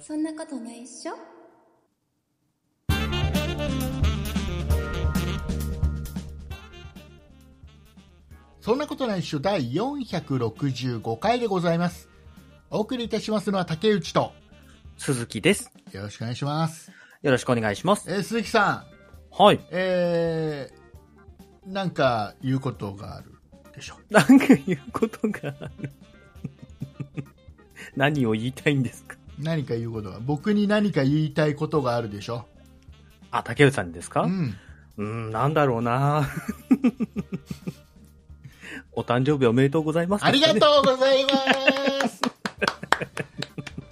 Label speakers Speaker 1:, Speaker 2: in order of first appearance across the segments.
Speaker 1: そんなことないっしょ
Speaker 2: そんなことないっしょ第465回でございます。お送りいたしますのは竹内と、
Speaker 3: 鈴木です。
Speaker 2: よろしくお願いします。
Speaker 3: よろしくお願いします。
Speaker 2: えー鈴木さん、
Speaker 3: はい。
Speaker 2: えー、なんか言うことがあるでしょ。
Speaker 3: なんか言うことがある。 何を言いたいんですか
Speaker 2: 何か言うことが、僕に何か言いたいことがあるでしょ。
Speaker 3: あ、竹内さんですか
Speaker 2: う。
Speaker 3: うんーん、なんだろうな お誕生日おめでとうございます、
Speaker 2: ありがとうござい ます。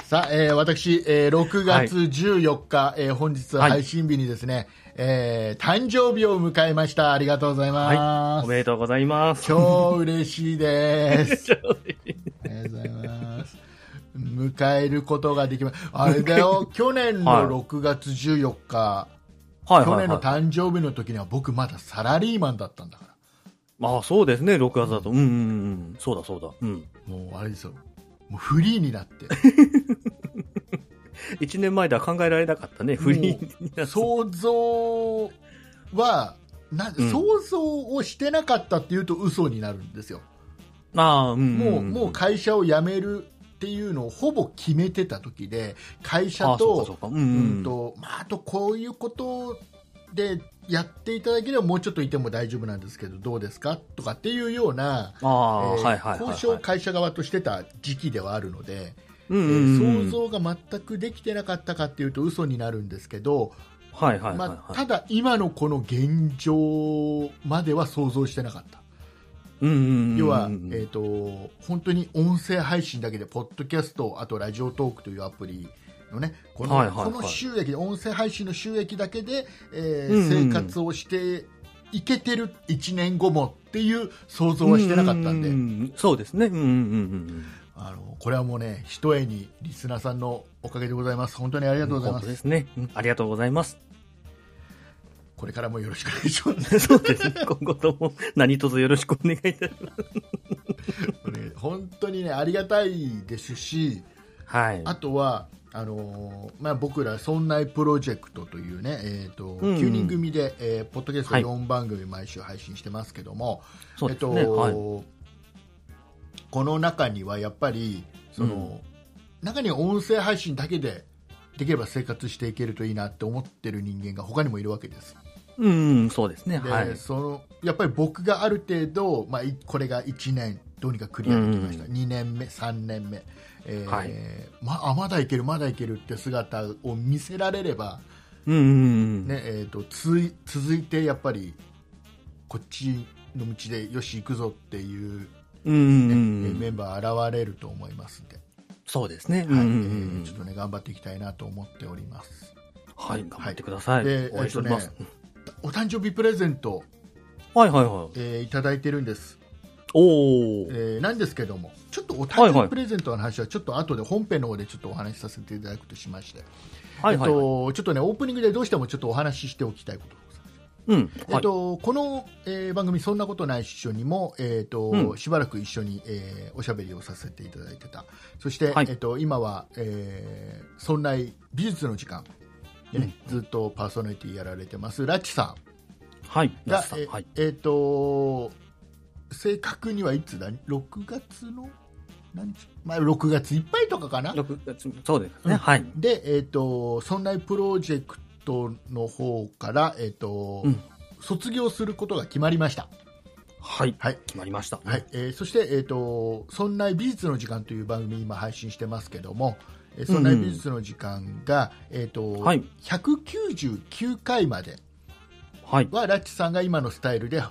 Speaker 2: さあ、えー私、えー6月14日、えー本日
Speaker 3: はい
Speaker 2: 配信日にですね、えー誕生日を迎えました。ありがとうございます。
Speaker 3: おめでとうございます。
Speaker 2: 超嬉しい です。ありがとうございます。迎えることができます。あれだよ、去年
Speaker 3: はい
Speaker 2: の6月14日、
Speaker 3: はい
Speaker 2: 去
Speaker 3: はい、
Speaker 2: 年の
Speaker 3: は
Speaker 2: 誕生日の時には僕まだサラリーマンだったんだから。
Speaker 3: い。あ、そうですね、6月だと。うんうんうん。そうだそうだ。うん。
Speaker 2: もうあれですよ。もうフリーにな って。
Speaker 3: 1年前では考えられなかったね、フリーになう。
Speaker 2: 想像はな、
Speaker 3: うん
Speaker 2: 想像をしてなかったっていうと嘘になるんですよ、
Speaker 3: ああ、うんんん。
Speaker 2: もうもう会社を辞めるっていうのをほぼ決めてた時で会社
Speaker 3: あそうかそう
Speaker 2: と
Speaker 3: か。うんう。
Speaker 2: うんんとまあ、あとこういうことでやっていただければもうちょっといても大丈夫なんですけどどうですかとかっていうような、
Speaker 3: ああ、
Speaker 2: えー
Speaker 3: はいはいはい、はい。
Speaker 2: 交渉を会社側としてた時期ではあるので、
Speaker 3: うん
Speaker 2: え
Speaker 3: うんうん、
Speaker 2: ー想像が全くできてなかったかっていうと嘘になるんですけど、
Speaker 3: はいはいはい、はい
Speaker 2: まあ、ただ今のこの現状までは想像してなかった、
Speaker 3: うんうんうんうん
Speaker 2: 要は、えー、と本当に音声配信だけでポッドキャストあとラジオトークというアプリのねこの,、
Speaker 3: はいはいはい
Speaker 2: この収益音声配信の収益だけで、えー
Speaker 3: うんうん
Speaker 2: 生活をしていけてる1年後もっていう想像はしてなかったんで、
Speaker 3: うううんそうですね。うんうんうんうん。
Speaker 2: あのこれはもうねひとえにリスナーさんのおかげでございます本当にありがとうございま
Speaker 3: 本当
Speaker 2: す、
Speaker 3: ですね。うんありがとうございます。
Speaker 2: これからもよろしくお願いします
Speaker 3: そうですね。今後とも何卒よろしくお願いいたします。
Speaker 2: これ本当にねありがたいですし
Speaker 3: はい。
Speaker 2: あとはあのーまあ、僕ら「村内プロジェクト」というね、えーと
Speaker 3: んうん
Speaker 2: 9人組で、えーポッドキャスト
Speaker 3: はい
Speaker 2: 4番組毎週配信してますけども、
Speaker 3: そう
Speaker 2: えっ
Speaker 3: です
Speaker 2: と
Speaker 3: ね。はい。
Speaker 2: この中にはやっぱりその、中には音声配信だけでできれば生活していけるといいなって思ってる人間が他にもいるわけです。
Speaker 3: うんうん、そうですね。
Speaker 2: で
Speaker 3: はい。
Speaker 2: そのやっぱり僕がある程度、まあ、いこれが1年どうにかクリアできました、
Speaker 3: う
Speaker 2: 2年目3年目、えー
Speaker 3: はい
Speaker 2: まあまだいけるまだいけるって姿を見せられれば、
Speaker 3: うんうんうん。
Speaker 2: ねえー、とつい続いてやっぱりこっちの道でよし行くぞっていう、ね
Speaker 3: うんうんう
Speaker 2: え
Speaker 3: んう
Speaker 2: ー
Speaker 3: ん。
Speaker 2: メンバー現れると思いますんで、
Speaker 3: そうですね。うんう
Speaker 2: は
Speaker 3: ん
Speaker 2: いえ
Speaker 3: うん
Speaker 2: ーちょっとね頑張っていきたいなと思っております
Speaker 3: はい。頑張ってください。
Speaker 2: で
Speaker 3: 応援しております。
Speaker 2: お誕生日プレゼント、
Speaker 3: はいはいはい。
Speaker 2: えーいただいてるんです
Speaker 3: おー。
Speaker 2: えーなんですけども、ちょっとお
Speaker 3: は
Speaker 2: 誕
Speaker 3: い
Speaker 2: 生
Speaker 3: は
Speaker 2: 日
Speaker 3: い
Speaker 2: プレゼントの話は、ちょっと後で本編の方でちょっとお話しさせていただくとしまして、
Speaker 3: はいはい
Speaker 2: えっ
Speaker 3: はい。
Speaker 2: と、ちょっとね、オープニングでどうしてもちょっとお話ししておきたいことがございます
Speaker 3: うん。
Speaker 2: えっ
Speaker 3: はい。
Speaker 2: と、この、えー番組、そんなことないっしょにも、えっと
Speaker 3: うん
Speaker 2: しばらく一緒に、えーおしゃべりをさせていただいてた、そして、
Speaker 3: はい
Speaker 2: えっと、今は、えー、そんな美術の時間でね、ずっとパーソナリティやられてます、ラッチさ
Speaker 3: はい。
Speaker 2: んが、
Speaker 3: ラスさん
Speaker 2: えっ、
Speaker 3: はい。
Speaker 2: えーと、正確にはいつだ、6月の何日、まあ、6月いっぱいとかかな、
Speaker 3: 六月そうですね。はい。
Speaker 2: で、えーと、そんなプロジェクトの方から、えーと
Speaker 3: うん
Speaker 2: 卒業することが決まりました。
Speaker 3: はい。
Speaker 2: はい
Speaker 3: 決まりました。
Speaker 2: はいえーそして、えーと「そんな美術の時間」という番組今配信してますけども「えーそんな美術の時間が」えーと
Speaker 3: はい
Speaker 2: 199回まで
Speaker 3: はい。
Speaker 2: はラッチさんが今のスタイルで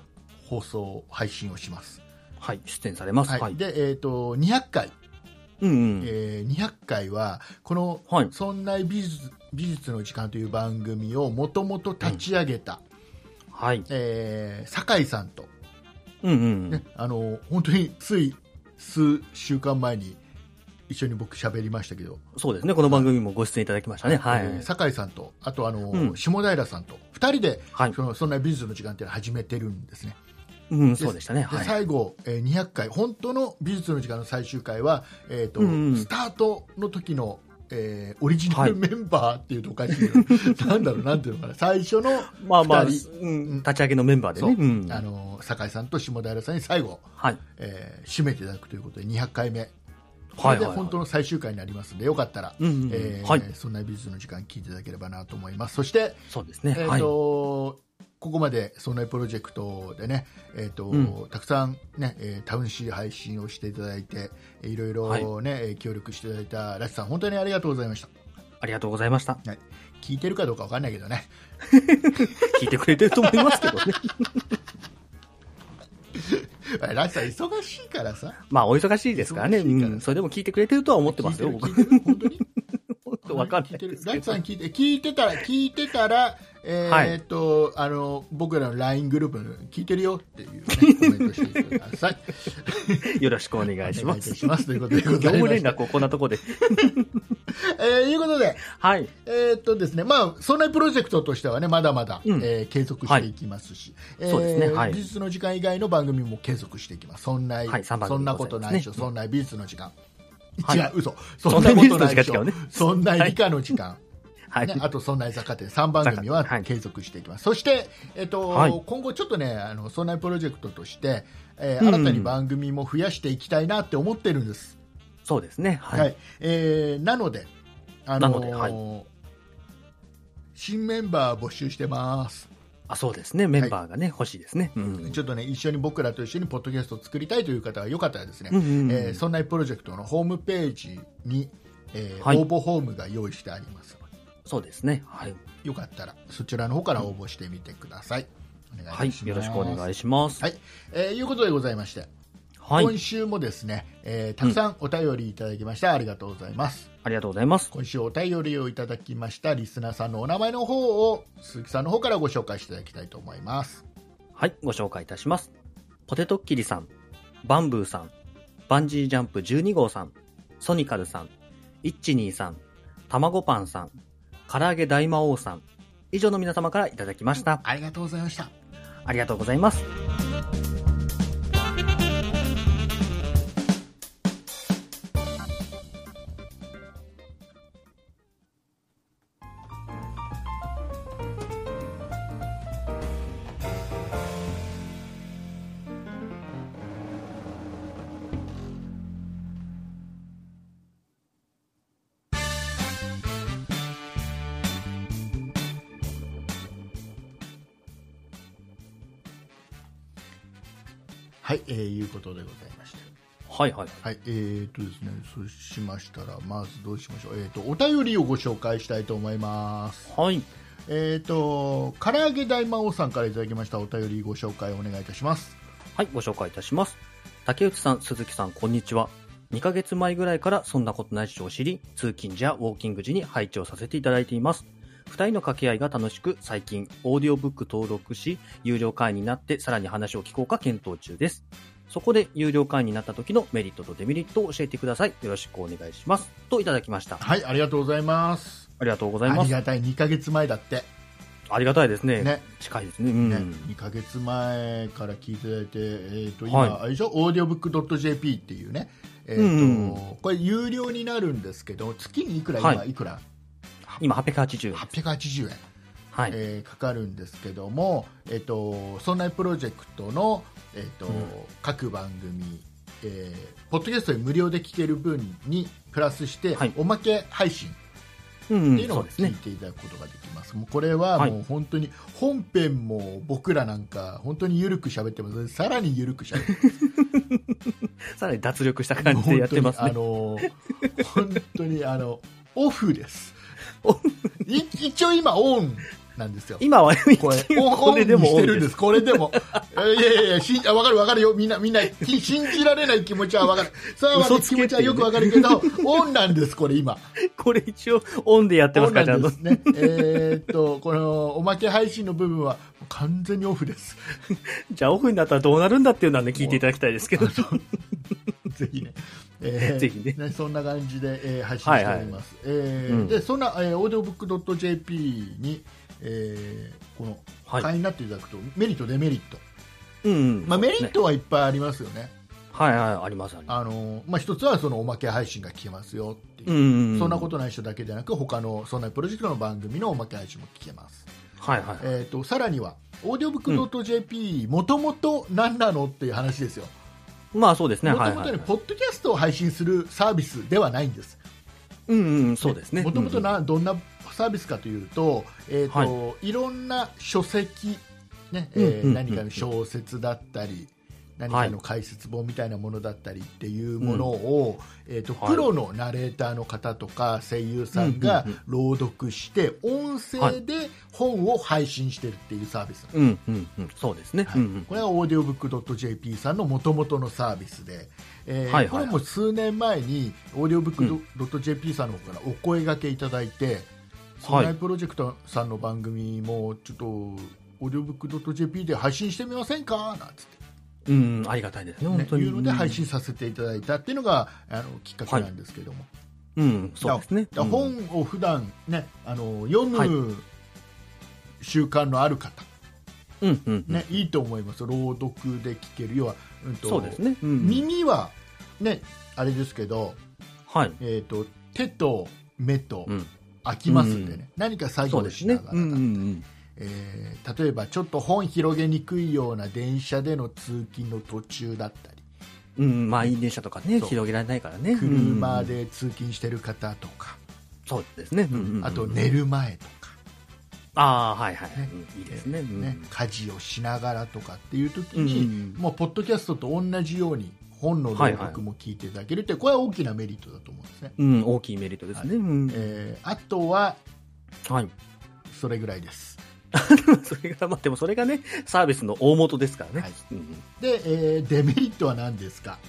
Speaker 2: 放送配信をします、
Speaker 3: はい。出演されます。
Speaker 2: はい
Speaker 3: はい。
Speaker 2: で、えー、と200回、
Speaker 3: うんうん。
Speaker 2: えー200回はこの
Speaker 3: はい
Speaker 2: 「そんな美術美術の時間」という番組をもともと立ち上げた、
Speaker 3: はい。
Speaker 2: えー酒井さんと
Speaker 3: うんうん。
Speaker 2: ね、あの本当につい数週間前に一緒に僕喋りましたけど、
Speaker 3: そうですね。この番組もご出演いただきましたね。はい
Speaker 2: え。ー酒井さんとあとあの、
Speaker 3: うん
Speaker 2: 下平さんと2人で、
Speaker 3: はい
Speaker 2: そ。のそんな美術の時間っていうのを始めてるんですね、
Speaker 3: うん、そうでしたね。
Speaker 2: で
Speaker 3: はい。
Speaker 2: 最後、えー200回本当の美術の時間の最終回は、えーと
Speaker 3: うんうん
Speaker 2: スタートの時の、えーオリジナルメンバーっていうとおかしいよ、 なんだろう、なんていうのかな、最初の
Speaker 3: まあまあ、う
Speaker 2: 二人
Speaker 3: ん、立ち上げのメンバーで
Speaker 2: そう
Speaker 3: ね。うん、
Speaker 2: あの酒井さんと下平さんに最後、
Speaker 3: はい。
Speaker 2: えー締めていただくということで200回目こ
Speaker 3: はい
Speaker 2: れで
Speaker 3: はい
Speaker 2: 本当の最終回になりますのでよかったら、
Speaker 3: うんうんうん
Speaker 2: えー
Speaker 3: はい
Speaker 2: そんな美術の時間聞いていただければなと思いますそして、
Speaker 3: そうですね。
Speaker 2: えー
Speaker 3: はい。
Speaker 2: とここまでそのプロジェクトでね、えーと
Speaker 3: うん
Speaker 2: たくさん、ねえータウンシー配信をしていただいていろいろ、ねえー協力していただいたラチさん本当にありがとうございました
Speaker 3: ありがとうございました。
Speaker 2: 聞いてるかどうかわかんないけどね
Speaker 3: 聞いてくれてると思いますけどね。
Speaker 2: ラチさん忙しいからさ
Speaker 3: まあ、お忙しいですからね。
Speaker 2: 忙しいから
Speaker 3: うん。それでも聞いてくれてるとは思ってますよ、
Speaker 2: 聞
Speaker 3: 僕。
Speaker 2: いてる聞いてる本当に
Speaker 3: わかんない
Speaker 2: 聞いて
Speaker 3: で
Speaker 2: る
Speaker 3: す
Speaker 2: ラ
Speaker 3: け
Speaker 2: イ
Speaker 3: ど
Speaker 2: さん。聞いて聞いてたら聞いてたらえー
Speaker 3: はい
Speaker 2: えーっと、あの僕らの LINE グループの聞いてるよっていう、ね、コメントしてください。
Speaker 3: よろしくお願いし
Speaker 2: お願
Speaker 3: ま
Speaker 2: いい
Speaker 3: す
Speaker 2: た。しますということでござ
Speaker 3: 業
Speaker 2: い
Speaker 3: 務
Speaker 2: ま
Speaker 3: 連
Speaker 2: した。
Speaker 3: 絡をこんなとこで。
Speaker 2: えーいうことで、
Speaker 3: はい。
Speaker 2: えーっとですね、まあそんなプロジェクトとしてはねまだまだ、
Speaker 3: うん
Speaker 2: えー継続していきますし、え
Speaker 3: そうですねはい
Speaker 2: 美術の時間以外の番組も継続していきます。そんな、
Speaker 3: はい三番
Speaker 2: そ
Speaker 3: 組
Speaker 2: ん
Speaker 3: で
Speaker 2: な
Speaker 3: ご
Speaker 2: こ
Speaker 3: ざ
Speaker 2: と
Speaker 3: いま
Speaker 2: ない
Speaker 3: すね
Speaker 2: でしょ。そんな美術の時間。
Speaker 3: はい
Speaker 2: 違う嘘。
Speaker 3: そんな美術の時間違うね
Speaker 2: そんな理科の時間。
Speaker 3: はい
Speaker 2: ね。、あと「そんな雑貨店」3番組は
Speaker 3: 雑貨店はい
Speaker 2: 継続していきます、そして、えっと
Speaker 3: はい
Speaker 2: 今後ちょっとねあのそんなプロジェクトとして、えー
Speaker 3: うん
Speaker 2: 新たに番組も増やしていきたいなって思ってるんです、
Speaker 3: そうですね。
Speaker 2: はい
Speaker 3: はい。
Speaker 2: えーなのであの
Speaker 3: なのでは
Speaker 2: 新メンバー募集してます、
Speaker 3: あ、そうですね。メンバーがね、欲しいですね。うん
Speaker 2: ち。ょっとね一緒に僕らと一緒にポッドキャストを作りたいという方はよかったらですね、
Speaker 3: うんうんうん
Speaker 2: えーそんなプロジェクトのホームページに、えー
Speaker 3: はい
Speaker 2: 応募フォームが用意してありますので
Speaker 3: そうですね。はい。
Speaker 2: よかったらそちらの方から応募してみてください。お
Speaker 3: は
Speaker 2: 願い
Speaker 3: い
Speaker 2: します。。
Speaker 3: よろしくお願
Speaker 2: い
Speaker 3: いします。
Speaker 2: はい、えーいうことでございまして、
Speaker 3: は
Speaker 2: 今
Speaker 3: い。
Speaker 2: 週もですね、えーたくさんお便りいただきました、ありがとうございます。
Speaker 3: ありがとうございます。
Speaker 2: 今週お便りをいただきましたリスナーさんのお名前の方を鈴木さんの方からご紹介していただきたいと思います。
Speaker 3: はい、ご紹介いたします。ポテトッキリさん、バンブーさん、バンジージャンプ12号さん、ソニカルさん、イッチニーさん、たまごパンさん、唐揚げ大魔王さん、以上の皆様からいただきました。
Speaker 2: ありがとうございました。
Speaker 3: ありがとうございます。
Speaker 2: はい、えーいうことでございまして。
Speaker 3: はいはい。
Speaker 2: はい、えーとですね、そうしましたら、まずどうしましょう。えーと、お便りをご紹介したいと思います。
Speaker 3: はい。
Speaker 2: えっ、と、唐揚げ大魔王さんからいただきましたお便りご紹介お願いいたします。
Speaker 3: はい、ご紹介いたします。竹内さん、鈴木さん、こんにちは。2ヶ月前ぐらいからそんなことない人を知り、通勤時やウォーキング時に配置をさせていただいています。2人の掛け合いが楽しく、最近、オーディオブック登録し、有料会員になって、さらに話を聞こうか検討中です。そこで、有料会員になった時のメリットとデメリットを教えてください。よろしくお願いします。といただきました。あ
Speaker 2: はい、ありがとうございます。
Speaker 3: りがとうござい
Speaker 2: あ
Speaker 3: ま
Speaker 2: り
Speaker 3: す。
Speaker 2: がたい、2ヶ月前だって。
Speaker 3: ありがたいですね。
Speaker 2: ね
Speaker 3: 近いですね。うん。
Speaker 2: ね、2ヶ月前から聞いていただいて、えっ、と、今、
Speaker 3: はい
Speaker 2: あれでしょ、オーディオブックドット JP っていうね、えっ、と、
Speaker 3: うん
Speaker 2: これ有料になるんですけど、月にいくら、今、、
Speaker 3: はい
Speaker 2: くら
Speaker 3: 今、880。
Speaker 2: ?880 円、
Speaker 3: はい。
Speaker 2: えーかかるんですけども、えっ、と、そんなプロジェクトの、えっ、と、
Speaker 3: うん
Speaker 2: 各番組、えーポッドキャストで無料で聞ける分にプラスして、
Speaker 3: はい
Speaker 2: おまけ配信
Speaker 3: うん
Speaker 2: っ
Speaker 3: う
Speaker 2: ていう
Speaker 3: ん、
Speaker 2: の
Speaker 3: そ
Speaker 2: を
Speaker 3: うです
Speaker 2: 聞い
Speaker 3: ね。
Speaker 2: ていただくことができます、もうこれは
Speaker 3: はい
Speaker 2: もう本当に本編も僕らなんか本当に緩く喋ってますさらに緩く喋 って
Speaker 3: さらに脱力した
Speaker 2: ま
Speaker 3: 感
Speaker 2: す
Speaker 3: じでやってますね。
Speaker 2: 本当にあの本当にあのオフですい一応今オンなんですよ
Speaker 3: 今は、
Speaker 2: これ
Speaker 3: 一応
Speaker 2: オン
Speaker 3: これで
Speaker 2: にし
Speaker 3: も
Speaker 2: て
Speaker 3: 多い
Speaker 2: るん
Speaker 3: で。
Speaker 2: ですすこれでもえーいやいやいやしんあ分かる分かるよみんなみんなき信じられない気持ちは分かるさあ
Speaker 3: 嘘つ
Speaker 2: 気
Speaker 3: け
Speaker 2: 持
Speaker 3: っ
Speaker 2: ち
Speaker 3: て
Speaker 2: はよく分かるけどオンなんですこれ今
Speaker 3: これ一応オンでやってま
Speaker 2: そう
Speaker 3: すか
Speaker 2: な
Speaker 3: ら、ちゃ
Speaker 2: ん
Speaker 3: ん
Speaker 2: で
Speaker 3: と
Speaker 2: す。ね。えーっと、このおまけ配信の部分は完全にオフです。
Speaker 3: じゃあオフになったらどうなるんだっていうのはね、聞いていただきたいですけど。
Speaker 2: ぜひね。えー
Speaker 3: ぜひね
Speaker 2: そんな感じで、えー配信しております。えー
Speaker 3: うん
Speaker 2: で、そんな、えー、オーディオブックドット JP に、えーこの、
Speaker 3: はい
Speaker 2: 会員になっていただくと、メリット、デメリット。
Speaker 3: うんうん。
Speaker 2: まあ、メリッ
Speaker 3: そうですね
Speaker 2: トはいっぱいありますよね。
Speaker 3: はいはい、あります、ありま
Speaker 2: あのまあ、一つはそのおまけ配信が聞けますよって
Speaker 3: す。
Speaker 2: いうう、
Speaker 3: ん。。
Speaker 2: そんなこととない人だけじゃなく他のそんなプロジェクトの番組のおまけ配信も聞けます、
Speaker 3: はいはい。
Speaker 2: えー、とさらにはオーディオブックドット JP もともと何なのっていう話ですよ
Speaker 3: まあそうですね、
Speaker 2: も
Speaker 3: は
Speaker 2: と
Speaker 3: い
Speaker 2: も
Speaker 3: は
Speaker 2: と
Speaker 3: い。
Speaker 2: ねポッドキャストを配信するサービスではないんです
Speaker 3: うんうん、そうですね。
Speaker 2: もともと
Speaker 3: うんうん
Speaker 2: などんなサービスかというと,、えーとい、ろんな書籍、ねえー
Speaker 3: うんうん
Speaker 2: 何かの小説だったり何かの解説本みたいなものだったりっていうものを、えー、と
Speaker 3: はい
Speaker 2: プロのナレーターの方とか声優さん
Speaker 3: う
Speaker 2: が
Speaker 3: んうん
Speaker 2: 朗読して音声で本を配信してるっていうサービス、
Speaker 3: うんうんうん、そうですね。
Speaker 2: はい
Speaker 3: うんうん
Speaker 2: これはオーディオブックドット JP さんのもともとのサービスで、えー
Speaker 3: はいはいはい
Speaker 2: これも数年前にオーディオブックドット JP さんの方からお声掛けいただいて、そ
Speaker 3: はい
Speaker 2: ナイプロジェクトさんの番組もちょっとオーディオブックドット JP で配信してみませんかなんつっ
Speaker 3: うんうん、ありがたいですね、本
Speaker 2: て、
Speaker 3: 当
Speaker 2: ね、
Speaker 3: に。
Speaker 2: いうので配信させていただいたっていうのがあのきっかけなんですけども、
Speaker 3: うん、そうですね。
Speaker 2: だから
Speaker 3: うん
Speaker 2: 本を普段ねあの読
Speaker 3: はい
Speaker 2: む習慣のある方、
Speaker 3: うんうんうん。
Speaker 2: ねいいと思います朗読で聞ける要は、うんと
Speaker 3: そうですね。うんうん
Speaker 2: 耳はねあれですけど、
Speaker 3: はい。
Speaker 2: えー、と手と目と
Speaker 3: うん
Speaker 2: 開きますんでね、何か作
Speaker 3: そう
Speaker 2: 業
Speaker 3: で
Speaker 2: ですしな
Speaker 3: ね
Speaker 2: が。らだったり、
Speaker 3: うんうんうん。
Speaker 2: えー例えばちょっと本広げにくいような電車での通勤の途中だったり
Speaker 3: うん、満員電車とかね、
Speaker 2: そう
Speaker 3: 広げられないからね。
Speaker 2: 車
Speaker 3: うんうん。
Speaker 2: で通勤してる方とか、
Speaker 3: そうですね。うんうんうん
Speaker 2: あと寝。る前とか、
Speaker 3: ああ、はいはい
Speaker 2: ね。
Speaker 3: うんいいですね。うん
Speaker 2: ね、家事をしながらとかっていう時
Speaker 3: うんう
Speaker 2: に、
Speaker 3: ん
Speaker 2: もうポッドキャストと同じように本の朗読も聞いていただけるって、これは大きなメリットだと思うんですね、
Speaker 3: うん、大きいメリットですね。うん
Speaker 2: えーあとは
Speaker 3: はい。
Speaker 2: それぐらいです
Speaker 3: それが、まあでもそれがね、サービスの大元ですからね。
Speaker 2: はい
Speaker 3: うん
Speaker 2: で、えーデメリットは何ですか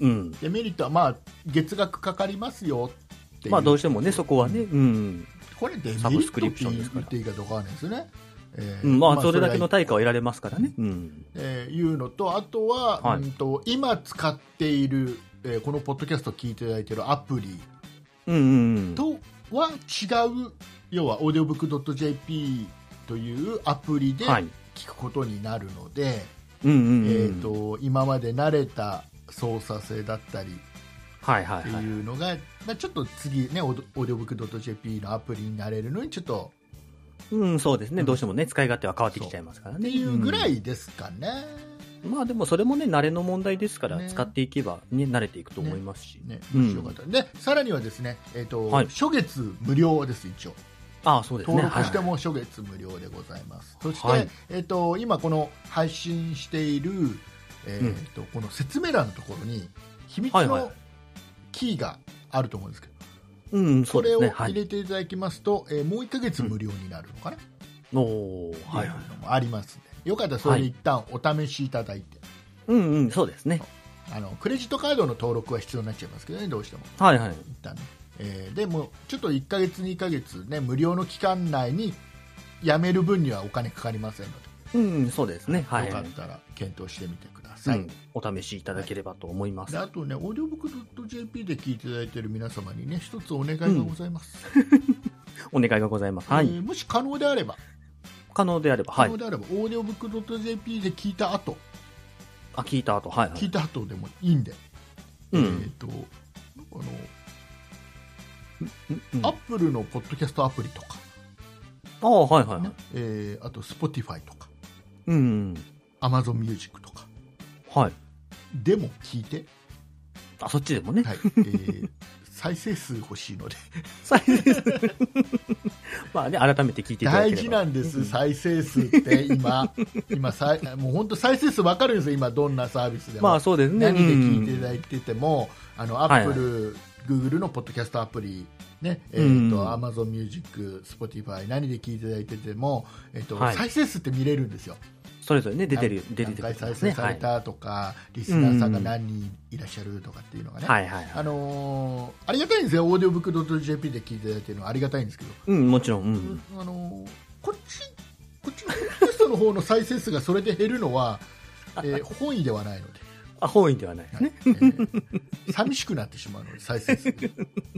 Speaker 3: うん。うん
Speaker 2: デメリットはまあ月額かかりますよっていう
Speaker 3: まあどうしてもね、そこはね、うん。
Speaker 2: これデメリ
Speaker 3: サブス
Speaker 2: ッ
Speaker 3: ク
Speaker 2: ト
Speaker 3: リ
Speaker 2: っ
Speaker 3: プ
Speaker 2: て
Speaker 3: ションですか
Speaker 2: 言
Speaker 3: ら
Speaker 2: っていいかどうかわかんないですよね、えー
Speaker 3: うんまあそれだ
Speaker 2: は
Speaker 3: けの対価を得られますからね。うん。
Speaker 2: えーいうのとあとは、
Speaker 3: はい
Speaker 2: うんと今使っている、えーこのポッドキャストを聞いていただいているアプリ
Speaker 3: うんうんうん。
Speaker 2: とは違う要はオーディオブックドット JP というアプリで
Speaker 3: はい
Speaker 2: 聞。くことになるので、
Speaker 3: うんうんうん。
Speaker 2: えー、と今まで慣れた操作性だったり
Speaker 3: はいは
Speaker 2: っ
Speaker 3: い
Speaker 2: て
Speaker 3: はい。
Speaker 2: いうのが、まあ、ちょっと次ね、オーディオブックドット JP のアプリになれるのに、ちょっと
Speaker 3: うん、そうですね。
Speaker 2: うん
Speaker 3: どうしてもね、使い勝手は変わってきちゃいますから
Speaker 2: っ
Speaker 3: ね。
Speaker 2: ていうぐらいですかね。
Speaker 3: うん。まあでもそれもね、慣れの問題ですから、
Speaker 2: ね
Speaker 3: 使っていけばね、慣れていくと思いますし。
Speaker 2: ね、
Speaker 3: うん
Speaker 2: もしよかったらでさらにはですね、えーと
Speaker 3: はい
Speaker 2: 初月無料です、一応、
Speaker 3: ああ、そうですね。
Speaker 2: 登録して
Speaker 3: はい
Speaker 2: も初月無料でございます、そして、
Speaker 3: はい
Speaker 2: えー、と今、この配信している、えーとこの説明欄のところに、秘密
Speaker 3: はいは
Speaker 2: の
Speaker 3: い
Speaker 2: キーがあると思うんですけど、
Speaker 3: うん、そ
Speaker 2: そう
Speaker 3: で
Speaker 2: れ
Speaker 3: す
Speaker 2: を
Speaker 3: ね。は
Speaker 2: 入
Speaker 3: い。
Speaker 2: れていただきますと、えーもう1ヶ月無料になるのかな。
Speaker 3: おーはいはい。
Speaker 2: っていうのもありますんでよかったらそれで一旦お試しいただいて、
Speaker 3: うんうん、そうですね。
Speaker 2: あのクレジットカードの登録は必要になっちゃいますけどねどうしても
Speaker 3: はいはい。
Speaker 2: 一旦ね、えーでもちょっと1ヶ月2ヶ月ね無料の期間内にやめる分にはお金かかりませんの
Speaker 3: うん、そうですね。
Speaker 2: で、
Speaker 3: はい
Speaker 2: よ
Speaker 3: は
Speaker 2: か
Speaker 3: い
Speaker 2: っ。たら検討してみてくだ
Speaker 3: う
Speaker 2: さい、
Speaker 3: ん、お試しいただければと思います
Speaker 2: で。あとね、オーディオブックドット JP で聞いていただいている皆様にね、一つお願いがございます。
Speaker 3: お願いがございます。は
Speaker 2: え
Speaker 3: い。
Speaker 2: ーもし可能であれば、
Speaker 3: 可能であれば、は
Speaker 2: 可
Speaker 3: い
Speaker 2: 能。であれば、オーディオブックドット JP で聞いた後、
Speaker 3: あ、聞いた後、はいは
Speaker 2: 聞い
Speaker 3: い。
Speaker 2: た後でもいいんで、
Speaker 3: うん
Speaker 2: えっ、と、あの、
Speaker 3: うんうん
Speaker 2: アッ
Speaker 3: あ
Speaker 2: プルのポッドキャストアプリとか、
Speaker 3: あ、はいはいは
Speaker 2: ね
Speaker 3: い。
Speaker 2: えーあと Spotify とか
Speaker 3: うん。
Speaker 2: Amazon Music とか
Speaker 3: はい。
Speaker 2: でも聞いて、
Speaker 3: あ、そっちでもね。
Speaker 2: はいえー再生数欲しいので
Speaker 3: 再生数 まあね、改めて聞いていただけ
Speaker 2: 大
Speaker 3: れば。
Speaker 2: 事なんです、再生数って 今今さいもう本当再生数分かるんですよ今どんなサービスでも、
Speaker 3: まあそうですね。
Speaker 2: 何で聞いていた
Speaker 3: い
Speaker 2: だいてても、あのア
Speaker 3: は
Speaker 2: ッ
Speaker 3: いはい
Speaker 2: プル、グーグルのポッドキャストアプリ、ねえ
Speaker 3: う
Speaker 2: ー、
Speaker 3: ん
Speaker 2: と Amazon Music、Spotify 何で聞いていただいてても、えーと
Speaker 3: はい
Speaker 2: 再生数って見れるんですよ。
Speaker 3: それぞれね、出てる、
Speaker 2: 何
Speaker 3: 出てる
Speaker 2: 何回
Speaker 3: で
Speaker 2: 再
Speaker 3: すね。
Speaker 2: 生さ
Speaker 3: は
Speaker 2: れ
Speaker 3: い。
Speaker 2: たとか、リスナーさんが何人いらっしゃるとかっていうのがね、
Speaker 3: はいはいは
Speaker 2: あ
Speaker 3: い。
Speaker 2: のーありがたいんですよ、オーディオブックドット JP で聞いていただいてるのはありがたいんですけど、
Speaker 3: うん、もちろん。うん。
Speaker 2: あのーこっち、こっちのポッドキャストの方の再生数がそれで減るの は、えー本意ではないので。
Speaker 3: あ、本意ではないですね。
Speaker 2: えー寂しくなってしまうので再生数、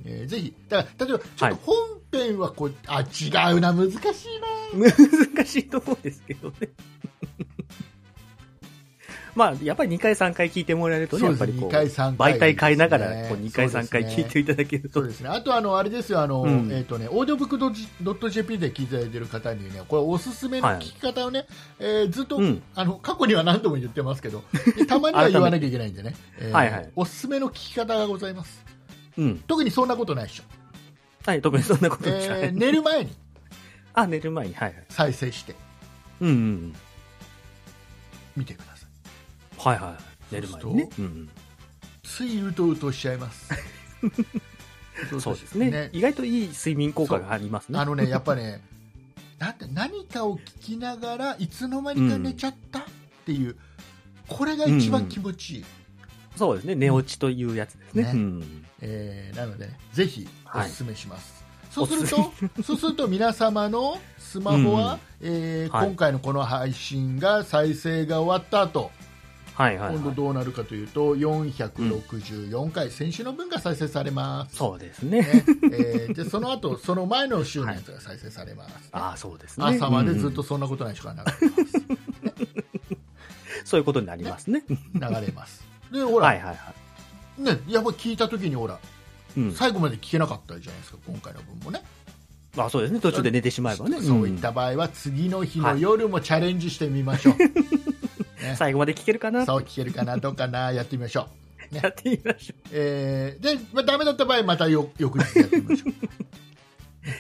Speaker 2: えーぜひだから例えばちょっ
Speaker 3: はい
Speaker 2: と本編はこう、あ違うな難しいな
Speaker 3: 難しいところですけどね。 まあ、やっぱり2回、3回聞いてもらえるとね、
Speaker 2: そう
Speaker 3: や
Speaker 2: ですね
Speaker 3: っぱりこう、
Speaker 2: 二回三回
Speaker 3: 媒体変えながら、
Speaker 2: ですね
Speaker 3: こう2回、3回
Speaker 2: そうです
Speaker 3: 聞
Speaker 2: ね
Speaker 3: いていただける
Speaker 2: そ
Speaker 3: と
Speaker 2: う、ですね。あとあのあれですよあの、
Speaker 3: うん
Speaker 2: えっ、とねオーディオブックドット JP で聞いていただいてる方にねこれおすすめの
Speaker 3: はい
Speaker 2: 聞き方をね、えーずっと、
Speaker 3: うん
Speaker 2: あの過去には何度も言ってますけど たまには言わなきゃいけないんでね、えー
Speaker 3: はいはい
Speaker 2: おすすめの聞き方がございます。
Speaker 3: うん。
Speaker 2: 特にそんなことないでしょ。
Speaker 3: はい、特にそんなことじゃない。
Speaker 2: えー寝る前に
Speaker 3: あ、寝る前に、はいはい。
Speaker 2: 再生して
Speaker 3: うんうんうん。
Speaker 2: みてください。
Speaker 3: はいはい。寝る前にね
Speaker 2: そう。
Speaker 3: うん
Speaker 2: ついうとうとしちゃい ます。
Speaker 3: うん。そうですね意外といい睡眠効果がありますね。
Speaker 2: あのねやっぱねなんて何かを聞きながらいつの間にか寝ちゃったっていう、これが一番気持ちいい。
Speaker 3: そうですね。寝落ちというやつですね。
Speaker 2: ね
Speaker 3: うん
Speaker 2: えーなので、ぜひお
Speaker 3: はい
Speaker 2: すすめします。そうすると、そうすると皆様のスマホは、えー
Speaker 3: はい
Speaker 2: 今回のこの配信が再生が終わった後、
Speaker 3: はいはい
Speaker 2: 今
Speaker 3: は
Speaker 2: 度
Speaker 3: い。
Speaker 2: どうなるかというと、464回、先週の分が再生されます。
Speaker 3: そうですね。
Speaker 2: ねえーでその後、その前の週のやつが再生されます。
Speaker 3: ああ、そうですね。
Speaker 2: 朝まで
Speaker 3: うん
Speaker 2: ず
Speaker 3: う
Speaker 2: っ
Speaker 3: ん
Speaker 2: とそんなことないしか流れます。
Speaker 3: そういうことになりますね。
Speaker 2: 流れます。で、ほら、
Speaker 3: はいはいはい。
Speaker 2: ね、やっぱ聞いた時にほら、
Speaker 3: うん。
Speaker 2: 最後まで聞けなかったじゃないですか、今回の分もね。
Speaker 3: まあそうですね。途中で寝てしまえばね。
Speaker 2: そういった場合は次の日の夜もチャレンジしてみましょう、
Speaker 3: うん最後まで聞けるかな
Speaker 2: そう聞けるかなどうかなやってみましょう、ね
Speaker 3: やってみましょう。
Speaker 2: えーで、まあ、ダメだった場合またよ翌日やってみま しょ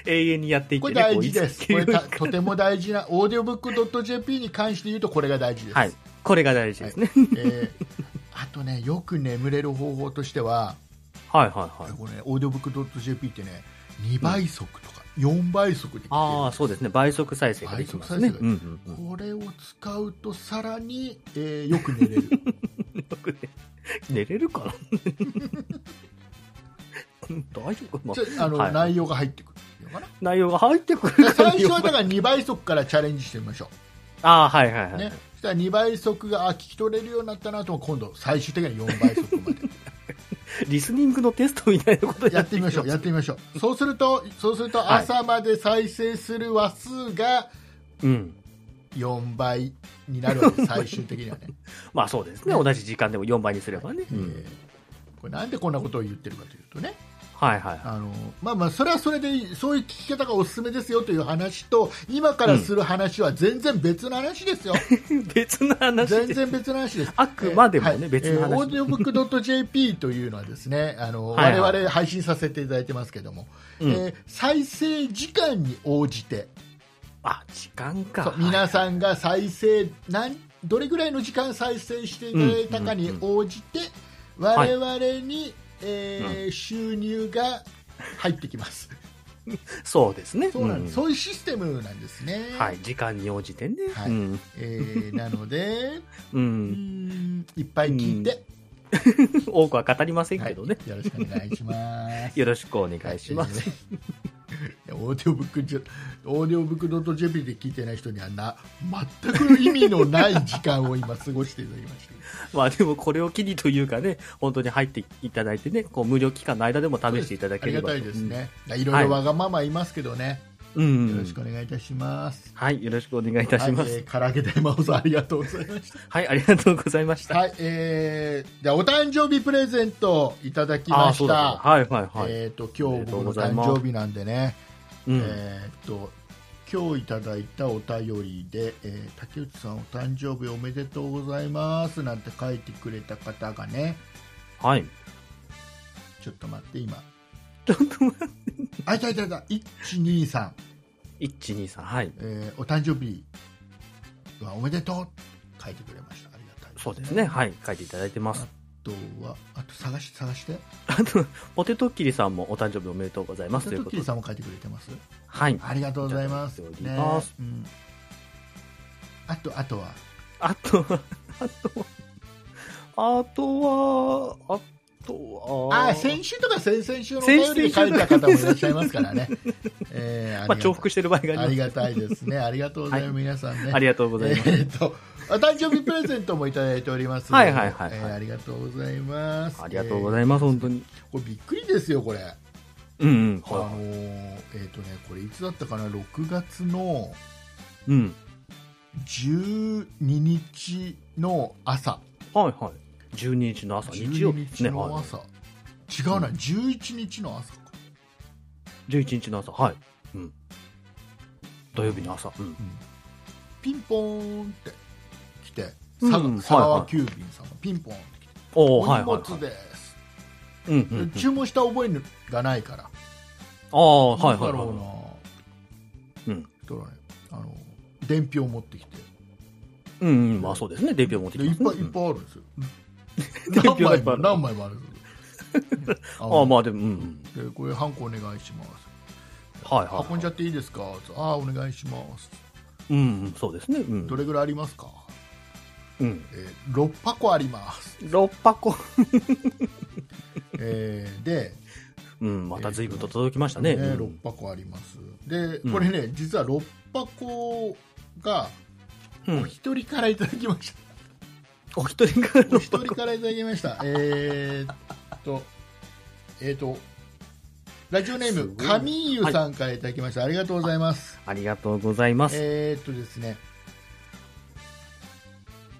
Speaker 3: 永遠にやっていうっ
Speaker 2: こ
Speaker 3: てね。
Speaker 2: れ大事ですこ
Speaker 3: こう
Speaker 2: れ
Speaker 3: いつ聞ける
Speaker 2: たとても大事なオーディオブックドット JP に関して言うとこれが大事です、
Speaker 3: はい。これが大事ですね。
Speaker 2: えーあとねよく眠れる方法としては
Speaker 3: はいはいはい。
Speaker 2: これね、オーディオブックドット JP ってね2倍速とか4倍速で聞ける、
Speaker 3: ああ、そうですね。倍速再生ができます
Speaker 2: 倍
Speaker 3: ね。
Speaker 2: 速再生ができる
Speaker 3: うん うんうん
Speaker 2: これを使うとさらに、えーよく寝 れる
Speaker 3: よくね寝れるかな うん大丈夫かな
Speaker 2: ちょあの、
Speaker 3: はい
Speaker 2: 内容が入ってくるって いうのかな
Speaker 3: 内容が入ってくるから
Speaker 2: 最初はだから2倍速からチャレンジしてみましょ
Speaker 3: ああ、はいはいは
Speaker 2: う、
Speaker 3: い。
Speaker 2: ね、そしたら2倍速があ聞き取れるようになったなと今度最終的には4倍速ま で
Speaker 3: リスニングのテストみたいなこと
Speaker 2: やってみましょうやってみましょうそうするとそうすると
Speaker 3: はい
Speaker 2: 朝まで再生する話数が
Speaker 3: う。うん。
Speaker 2: 4倍になるわけです最終的にはね、
Speaker 3: まあそうですね。
Speaker 2: ね
Speaker 3: 同じ時間でも4倍にすればね。
Speaker 2: え
Speaker 3: う
Speaker 2: ー
Speaker 3: ん
Speaker 2: これなんでこんなことを言ってるかというとね
Speaker 3: はいはいはい。
Speaker 2: あの、まあ、まあそれはそれでいいそういう聞き方がおすすめですよという話と今からする話は全然別の話です よ、
Speaker 3: 別の話
Speaker 2: 全
Speaker 3: で。
Speaker 2: 然別の話です。
Speaker 3: あくまでもね
Speaker 2: えーはい
Speaker 3: 別の話
Speaker 2: えーオーディオブックドット JP というのはですね、あの、
Speaker 3: はいはい
Speaker 2: 我々配信させていただいてますけども、
Speaker 3: うん
Speaker 2: えー再生時間に応じて、
Speaker 3: あ、時間
Speaker 2: そ
Speaker 3: か
Speaker 2: う。皆さんが再生、なん、どれぐらいの時間再生していただいたかに応じて、
Speaker 3: は
Speaker 2: 我
Speaker 3: い
Speaker 2: 々に、えー収入が入ってきます。
Speaker 3: そうですね。
Speaker 2: そうなんです、
Speaker 3: うん
Speaker 2: そういうシステムなんですね。
Speaker 3: はい。時間に応じてね。
Speaker 2: はい
Speaker 3: うん
Speaker 2: えー なので、
Speaker 3: う
Speaker 2: うー
Speaker 3: ん。
Speaker 2: んいっぱい聞いて、
Speaker 3: 多くは語りません
Speaker 2: はい
Speaker 3: けどね。
Speaker 2: よろしくお願いします。
Speaker 3: よろしくお願 いします。
Speaker 2: えー。オーディオブックじゃオーディオブックドット JP で聞いてない人にはな全く意味のない時間を今過ごしていただきました。
Speaker 3: まあでもこれを機にというかね、本当に入っていただいてね、こう無料期間の間でも試していただ
Speaker 2: あ
Speaker 3: け
Speaker 2: り
Speaker 3: れ
Speaker 2: が
Speaker 3: ばと
Speaker 2: たいです。ね。いろいろわがままいますけどね。
Speaker 3: う
Speaker 2: よ
Speaker 3: ん。よ
Speaker 2: ろ
Speaker 3: ろ
Speaker 2: し
Speaker 3: し
Speaker 2: く
Speaker 3: く。
Speaker 2: お願いいたします。
Speaker 3: はい。よろしくお願いいたしま
Speaker 2: はい
Speaker 3: す。
Speaker 2: えー、唐揚げ大魔王さんありがとうございまし。
Speaker 3: はい。ありがとうございました た。
Speaker 2: はい、えー、じゃあお誕生日プレゼントいただき
Speaker 3: あ
Speaker 2: ま
Speaker 3: あ、
Speaker 2: し
Speaker 3: そうだ
Speaker 2: た。
Speaker 3: はいはいはい。
Speaker 2: えっ、と今日僕
Speaker 3: おめでとうご
Speaker 2: の
Speaker 3: ざい
Speaker 2: 誕
Speaker 3: ます
Speaker 2: 生日なんでね。
Speaker 3: うん。
Speaker 2: えーっと今日いただいたお便りで、えー竹内さんお誕生日おめでとうございますなんて書いてくれた方がね
Speaker 3: はい。
Speaker 2: ちょっと待って今
Speaker 3: ちょっと待って。
Speaker 2: あいたいたいた123、
Speaker 3: 1、2、3。はい。
Speaker 2: えーお誕生日はおめでとう書いてくれましたありがたい
Speaker 3: そうですね。はい。書いていただいてます。
Speaker 2: あとはあと探し探して
Speaker 3: あと、ポテトッキリさんもお誕生日おめでとうございますと
Speaker 2: ト
Speaker 3: いう
Speaker 2: ッ
Speaker 3: こ
Speaker 2: キ
Speaker 3: と
Speaker 2: リ
Speaker 3: で。
Speaker 2: さんも書いてくれてます
Speaker 3: はい。
Speaker 2: ありがとうございます
Speaker 3: いただいており
Speaker 2: ね
Speaker 3: ます
Speaker 2: うん、あとあとは
Speaker 3: あとは、あとは、あとは、あとは、
Speaker 2: あ先週とか先々週のお便りで書いた方もいらっしゃいますからね。えー
Speaker 3: まあ重複してる場合があり
Speaker 2: あ
Speaker 3: ます
Speaker 2: りがたいですね。ありがとうございます、皆さんね。
Speaker 3: ありがとうございます。
Speaker 2: えーと、お誕生日プレゼントもいただいております。
Speaker 3: はいはいはいはい
Speaker 2: えーありがとうございます。
Speaker 3: ありがとうご
Speaker 2: い
Speaker 3: ざいます、本当に。
Speaker 2: ます。これびっくりですよ、これ。あ
Speaker 3: うんうん。
Speaker 2: の
Speaker 3: は
Speaker 2: ーえっ、とね、これいつだったかな、6月の、
Speaker 3: い。うん。
Speaker 2: 12日の朝
Speaker 3: はいはい。12日の朝、日曜日です
Speaker 2: 日
Speaker 3: ね。
Speaker 2: の
Speaker 3: はい。
Speaker 2: 朝、違うな、11日の朝か
Speaker 3: 11日の朝、はい。うん。土曜日の朝。うん。
Speaker 2: ピンポーンって来て
Speaker 3: う
Speaker 2: 佐
Speaker 3: んはいはい
Speaker 2: 佐川急便さんがピンポーンって来て「
Speaker 3: おー
Speaker 2: お
Speaker 3: はい
Speaker 2: 荷
Speaker 3: はい、
Speaker 2: 物
Speaker 3: は
Speaker 2: です」
Speaker 3: い。うんうん、うん。
Speaker 2: 注文した覚えがないから
Speaker 3: ああ、はい
Speaker 2: な
Speaker 3: はい
Speaker 2: んだろう
Speaker 3: は。
Speaker 2: ない
Speaker 3: うん。
Speaker 2: そしたらねあの伝票を持ってきて
Speaker 3: うん、うん、まあそうですね。伝票持って
Speaker 2: で
Speaker 3: き
Speaker 2: い
Speaker 3: ま
Speaker 2: っ
Speaker 3: すね
Speaker 2: ぱいいっぱいあるんですよ
Speaker 3: うん伝
Speaker 2: 何
Speaker 3: 票がい
Speaker 2: 枚
Speaker 3: っぱい
Speaker 2: も
Speaker 3: ある。
Speaker 2: 何枚もあるんですよ
Speaker 3: ああ、まあでも、うん。
Speaker 2: でこれハンコお願いします
Speaker 3: はいはい、はい。
Speaker 2: 運んじゃっていいですかああお願いします
Speaker 3: うん、うんそうですね。うん
Speaker 2: ど。れぐらいありますか、
Speaker 3: うん。
Speaker 2: えー、6箱あります、
Speaker 3: 6箱。
Speaker 2: えーで、
Speaker 3: うん、また随分と届きましたね。
Speaker 2: ね
Speaker 3: うん
Speaker 2: 6箱ありますで
Speaker 3: うん
Speaker 2: これね、実は6箱が
Speaker 3: うん
Speaker 2: お一人からいただきま し
Speaker 3: お一人から
Speaker 2: た、お
Speaker 3: の
Speaker 2: 一人からいただきましたえーっとえーっとラジオネー
Speaker 3: す
Speaker 2: ム
Speaker 3: ごい
Speaker 2: 上湯さんからいただきました、ありがとうございます
Speaker 3: ありがとうございます。
Speaker 2: えーっとですね、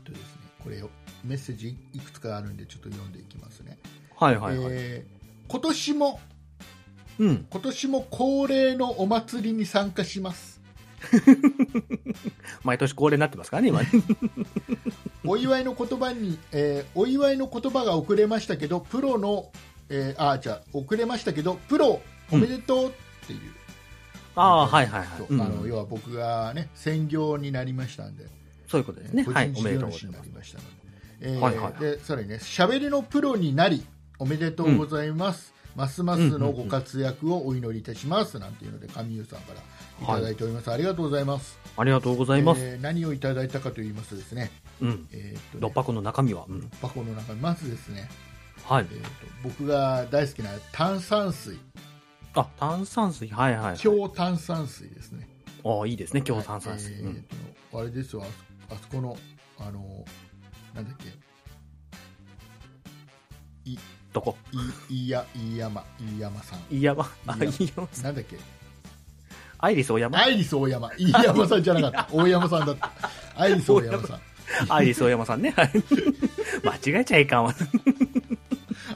Speaker 2: えっとですねこれをメッセージいくつかあるんでちょっと読んでいきますね。
Speaker 3: はいはいはい。
Speaker 2: えー今年も
Speaker 3: うん。
Speaker 2: 今年も恒例のお祭りに参加し ます。
Speaker 3: 毎年恒例になってますからね、今ね。
Speaker 2: お祝いの言葉に、えーお祝いの言葉が遅れましたけどプロの、えーあじゃあ遅れましたけどプロおめでとうっていう。
Speaker 3: ああ、はいはいはい
Speaker 2: そう。
Speaker 3: うん
Speaker 2: あの要は僕がね専業になりましたんで。
Speaker 3: そういうことですね。
Speaker 2: 個
Speaker 3: はい
Speaker 2: 人、事
Speaker 3: おめで
Speaker 2: 業
Speaker 3: とうござ
Speaker 2: 主
Speaker 3: い
Speaker 2: にな
Speaker 3: ます
Speaker 2: り。ましたのでえー
Speaker 3: はいはい
Speaker 2: でさらにね喋りのプロになりおめでとうございます、ますますのご活躍をお祈りいたします、なんていうので上優さんからいただいております、ありがとうございます
Speaker 3: ありがとうございます。
Speaker 2: えー何をいただいたかと言いますとですね,、
Speaker 3: うん。
Speaker 2: えーっと
Speaker 3: 六
Speaker 2: ね
Speaker 3: 箱の中身は、うん。
Speaker 2: 箱の中にまずですね、
Speaker 3: はい
Speaker 2: え。ーっと僕が大好きな炭酸水
Speaker 3: あ、炭酸水、はいはいはい。
Speaker 2: 強炭酸水ですね
Speaker 3: ああ、いいですね、強炭酸水。
Speaker 2: はいえ
Speaker 3: う
Speaker 2: ーっ
Speaker 3: ん。
Speaker 2: とあれですよあそあそこのあのなんだっけ
Speaker 3: どこ
Speaker 2: いいや飯山飯山さん
Speaker 3: いやま、あ、
Speaker 2: いや
Speaker 3: いや
Speaker 2: なんだっけ
Speaker 3: アイリスオーヤマ
Speaker 2: アイリス大山飯山さんじゃ なかった大山さんだったアイリス大山さん
Speaker 3: アイリスオーヤマさんね。 はい。間違えちゃいかんわ。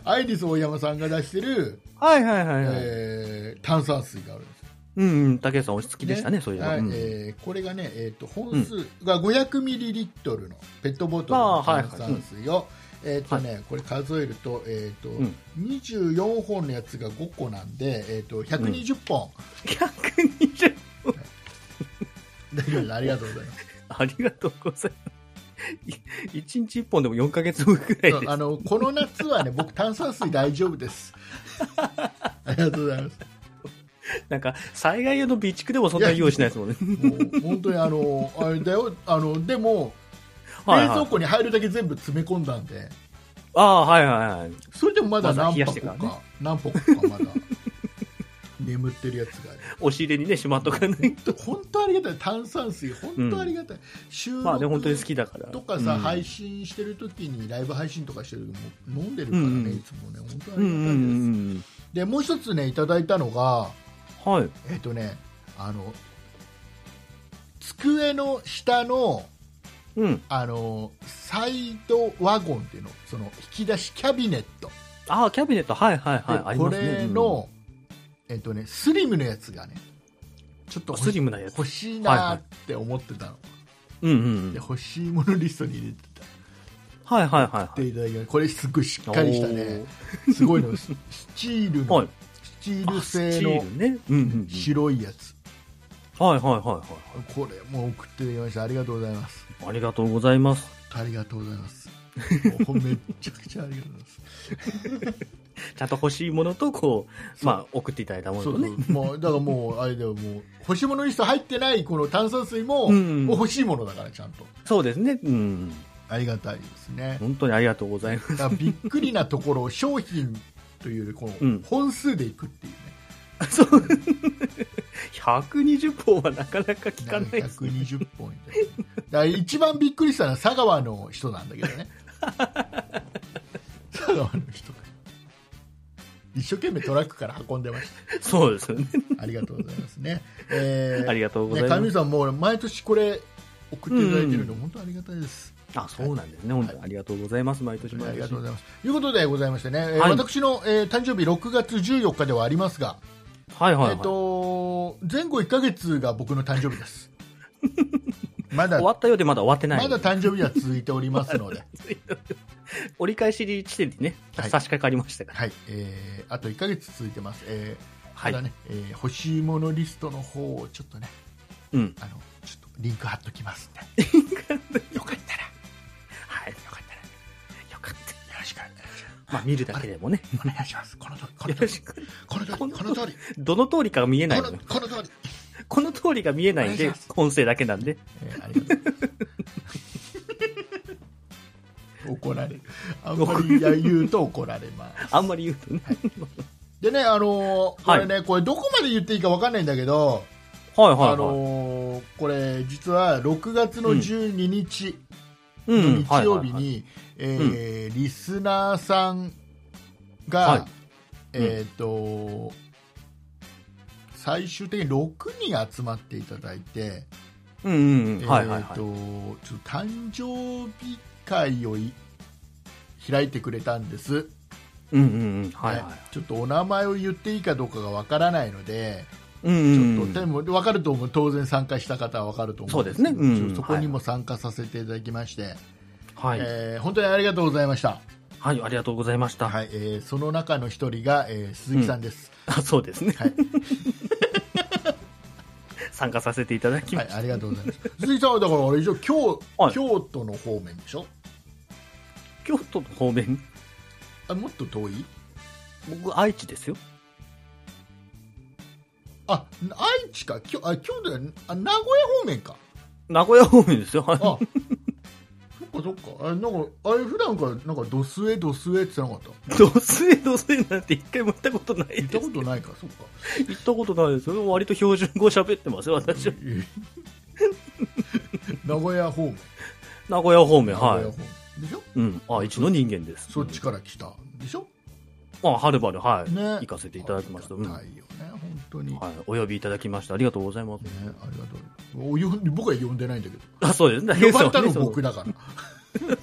Speaker 2: アイリス大山さんが出してる、
Speaker 3: はいはいはいはい。
Speaker 2: えー炭酸水があるんです
Speaker 3: うんうん、竹内さんお好きでしたね、そういえば。
Speaker 2: はい
Speaker 3: うん
Speaker 2: えーこれがね、えー、と本数が500ミリリットルのペットボトル
Speaker 3: あ
Speaker 2: の
Speaker 3: ーはいは
Speaker 2: 炭
Speaker 3: い
Speaker 2: 酸水を、えーとねこれ数えると,、えーと
Speaker 3: ん
Speaker 2: 24本のやつが5個なんで、えー、と120本、
Speaker 3: 120
Speaker 2: 大丈夫ですありがとうございます
Speaker 3: ありがとうございます。い1日1本でも4ヶ月分くらい
Speaker 2: そう
Speaker 3: です。
Speaker 2: あのこの夏はね僕炭酸水大丈夫です ありがとうございます
Speaker 3: なんか、災害用の備蓄でもそんなに用意しないです もんね。
Speaker 2: もう本当にあのあれだよあのでも
Speaker 3: はい
Speaker 2: 冷
Speaker 3: はい
Speaker 2: 蔵庫に入るだけ全部詰め込んだんで
Speaker 3: ああ、はいはいはい。
Speaker 2: それでもまだ
Speaker 3: まず冷
Speaker 2: 何
Speaker 3: やして
Speaker 2: 箱
Speaker 3: か
Speaker 2: から
Speaker 3: ね
Speaker 2: 何箱かまだ 眠ってるやつがある
Speaker 3: 押し入れにね、しまっと かない。
Speaker 2: 本当本当ありがたい炭酸水本当ありがたい、収録
Speaker 3: まあね、本当に好きだから。
Speaker 2: とかさ、
Speaker 3: うん
Speaker 2: 配信してる時にライブ配信とかしてる時も飲んでるからね、
Speaker 3: うんうん
Speaker 2: いつもね本当ありがたいです、
Speaker 3: うんうんうん
Speaker 2: でもう一つねいただいたのが
Speaker 3: うん。はい。
Speaker 2: えっ、とねあの机の下の
Speaker 3: うん。
Speaker 2: あのサイドワゴンっていうのその引き出しキャビネット、
Speaker 3: ああ、キャビネット、はいはいはい。
Speaker 2: で
Speaker 3: あり
Speaker 2: こ
Speaker 3: ますね。
Speaker 2: れの、えっ、とねスリムのやつがねちょっと
Speaker 3: う
Speaker 2: 欲
Speaker 3: ん、ス
Speaker 2: し
Speaker 3: リムなやつ。
Speaker 2: 欲しいなーって思ってたの、
Speaker 3: うんうん
Speaker 2: で
Speaker 3: うん。
Speaker 2: 欲しいものリストに入れてた
Speaker 3: はいはいはいはい。
Speaker 2: でいただきましたこれすごいしっかりしたね
Speaker 3: お
Speaker 2: すごいのススチール
Speaker 3: ー。
Speaker 2: の、
Speaker 3: はい。
Speaker 2: スチー
Speaker 3: あ
Speaker 2: ル
Speaker 3: スチ
Speaker 2: 製
Speaker 3: ー
Speaker 2: の
Speaker 3: ルね。うんうんうん。
Speaker 2: 白いやつ
Speaker 3: はいはいはいは
Speaker 2: これもう送っていただきましたありがとうございます
Speaker 3: い。ありがとうございます。
Speaker 2: ありがとうございます。もうめっちゃくちゃありがとうござい ます。
Speaker 3: ちゃんと欲しいものと、こう、まあ、送っていただいたもの
Speaker 2: そ
Speaker 3: と
Speaker 2: う
Speaker 3: ね。
Speaker 2: そうもうだからもうあれだよもう欲しいものリスト入ってないこの炭酸水も、
Speaker 3: うん
Speaker 2: もう欲しいものだからちゃんと
Speaker 3: そうですね。うん。
Speaker 2: ありがたいですね。
Speaker 3: 本当にありがとうござい ます。
Speaker 2: だからびっくりなところを商品というよりこ
Speaker 3: う
Speaker 2: の
Speaker 3: ん
Speaker 2: 本数でいくっていうね。
Speaker 3: そう。120本はなかなか聞かない ですね。
Speaker 2: 120本みたいな。だから一番びっくりしたのは佐川の人なんだけど ね。佐川の人が一生懸命トラックから運んでました。
Speaker 3: そうですよね。
Speaker 2: ありがとうございますね。えー
Speaker 3: ありがとうございます
Speaker 2: ね、神さんもう毎年これ送っていただいているので、本当にありがたいです。
Speaker 3: あ、そうなんですね。本当にありがとうございます。毎年
Speaker 2: あ
Speaker 3: 毎
Speaker 2: りがとうござ
Speaker 3: 年。
Speaker 2: います。ということでございましてね、えー
Speaker 3: はい
Speaker 2: 私の、えー誕生日6月14日ではありますが、
Speaker 3: はいは
Speaker 2: え
Speaker 3: い
Speaker 2: っ
Speaker 3: はい。
Speaker 2: と前後1ヶ月が僕の誕生日 です。まだ
Speaker 3: 終わったようでまだ終わってない。
Speaker 2: まだ誕生日は続いておりますので、
Speaker 3: 折り返し地点にね、
Speaker 2: はい
Speaker 3: 差し掛かりましたから。
Speaker 2: はい、えーあと1ヶ月続いてます。えー
Speaker 3: は
Speaker 2: ただ
Speaker 3: い。
Speaker 2: ね、えー欲しいものリストの方をちょっとね、
Speaker 3: うん。
Speaker 2: あのちょっとリンク貼っときますんで。よかったらよ
Speaker 3: はい。よかったね。よかった。
Speaker 2: ろしく
Speaker 3: まあ見るだけでもね。
Speaker 2: お願いします。この通り、この
Speaker 3: よ
Speaker 2: 通
Speaker 3: ろ
Speaker 2: り
Speaker 3: し、く。
Speaker 2: この通り、この通り、
Speaker 3: どの通りかが見えない
Speaker 2: こ
Speaker 3: の
Speaker 2: の
Speaker 3: よ
Speaker 2: この通り。
Speaker 3: この通りが見えないん
Speaker 2: お
Speaker 3: で
Speaker 2: 願いします、
Speaker 3: 音声だけなんで。
Speaker 2: えーありがとうございま す。怒られる。あんまり言うと怒られます。
Speaker 3: あんまり言うとね。
Speaker 2: でね、あのーこ
Speaker 3: はい
Speaker 2: れね、これどこまで言っていいかわかんないんだけど、
Speaker 3: はいはいはい。
Speaker 2: あのーこれ実は6月の12日
Speaker 3: う
Speaker 2: の
Speaker 3: ん
Speaker 2: 日曜日
Speaker 3: はいはいはい
Speaker 2: に、えーリスナーさんが、
Speaker 3: はい
Speaker 2: えっ、と、最終的に6人集まっていただいて、
Speaker 3: うんうんうん。はいはい
Speaker 2: えー、
Speaker 3: は
Speaker 2: と
Speaker 3: い。
Speaker 2: ちょっと誕生日会をい開いてくれたんです、
Speaker 3: うんうんうん。はいはい
Speaker 2: ね。ちょっとお名前を言っていいかどうかがわからないので、
Speaker 3: う
Speaker 2: ち
Speaker 3: んうんう
Speaker 2: ょっ
Speaker 3: ん。
Speaker 2: とでも分かると思う当然参加した方は分かると思うんけど
Speaker 3: そうですねうん
Speaker 2: ちょっとそこにも参加させていただきまして、
Speaker 3: はい。
Speaker 2: えー本当にありがとうございました、
Speaker 3: はい、ありがとうございました。
Speaker 2: はいえーその中の一人が、えー鈴木さんです、
Speaker 3: あ そうですね。
Speaker 2: はい
Speaker 3: 参加させていただきま
Speaker 2: は
Speaker 3: し
Speaker 2: い、ありがとうございます 鈴木さんはだからあれでしょ京,、
Speaker 3: はい
Speaker 2: 京都の方面でしょ
Speaker 3: た。京都の方面、
Speaker 2: あもっと遠い
Speaker 3: 僕、愛知ですよ。
Speaker 2: あ愛知かきょあ京都やあ名古屋方面か
Speaker 3: 名古屋方面ですよ。はい
Speaker 2: あ そっかそっかあれなんかあれ普段からなんかドスエドスエって言ってなか った
Speaker 3: どすえどすえなんて一回も行ったことない
Speaker 2: 言っ
Speaker 3: です
Speaker 2: た。ことないかそっか
Speaker 3: 行ったことないですよ。割と標準語喋ってますよ、私は。
Speaker 2: 名古屋方面
Speaker 3: 名古屋方面、
Speaker 2: 名古屋方
Speaker 3: は
Speaker 2: 面
Speaker 3: い。
Speaker 2: でしょ
Speaker 3: うん、愛知の人間です。
Speaker 2: そっちから来たでしょ
Speaker 3: うん。あ、はるばる、はい。
Speaker 2: ね
Speaker 3: 行かせていただきました。
Speaker 2: あ
Speaker 3: うん。
Speaker 2: りが
Speaker 3: は
Speaker 2: たいよね本当に、
Speaker 3: い。お呼びいただきました。ありがとうございます
Speaker 2: ね。ありがとうおよ僕は呼んでないんだけ
Speaker 3: あ、 そうですね。
Speaker 2: ど呼ばれたの
Speaker 3: そうね
Speaker 2: 僕だから
Speaker 3: その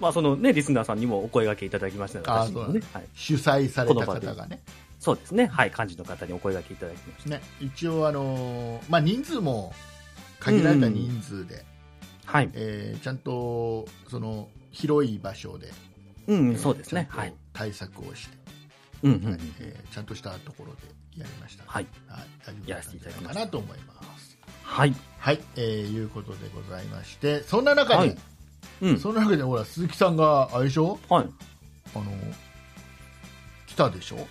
Speaker 3: まあ、そのね、リスナーさんにもお声掛けいただきましたので、
Speaker 2: あ
Speaker 3: 私に
Speaker 2: そ
Speaker 3: も
Speaker 2: うだ
Speaker 3: ね
Speaker 2: ね。
Speaker 3: はい。
Speaker 2: 主催された方がね
Speaker 3: そうですね。はい。幹事の方にお声掛けいただきまし
Speaker 2: ね一応あのーまあ人数も限られた人数で、
Speaker 3: た。はい。
Speaker 2: えーちゃんとその広い場所で、
Speaker 3: うん、
Speaker 2: えー
Speaker 3: そうですね。
Speaker 2: ちゃ
Speaker 3: は
Speaker 2: ん
Speaker 3: い
Speaker 2: と。対策をして、
Speaker 3: うん、うん。
Speaker 2: えーちゃんとしたところでやりました、
Speaker 3: はい。
Speaker 2: はい、大丈夫
Speaker 3: やらせていただきました
Speaker 2: かなと思います。
Speaker 3: はい。
Speaker 2: はい、えーいうことでございまして、そんな中に、
Speaker 3: はいうん。
Speaker 2: そんな中でほら鈴木さんがあれでしょ、
Speaker 3: はい。
Speaker 2: あの来たでしょ。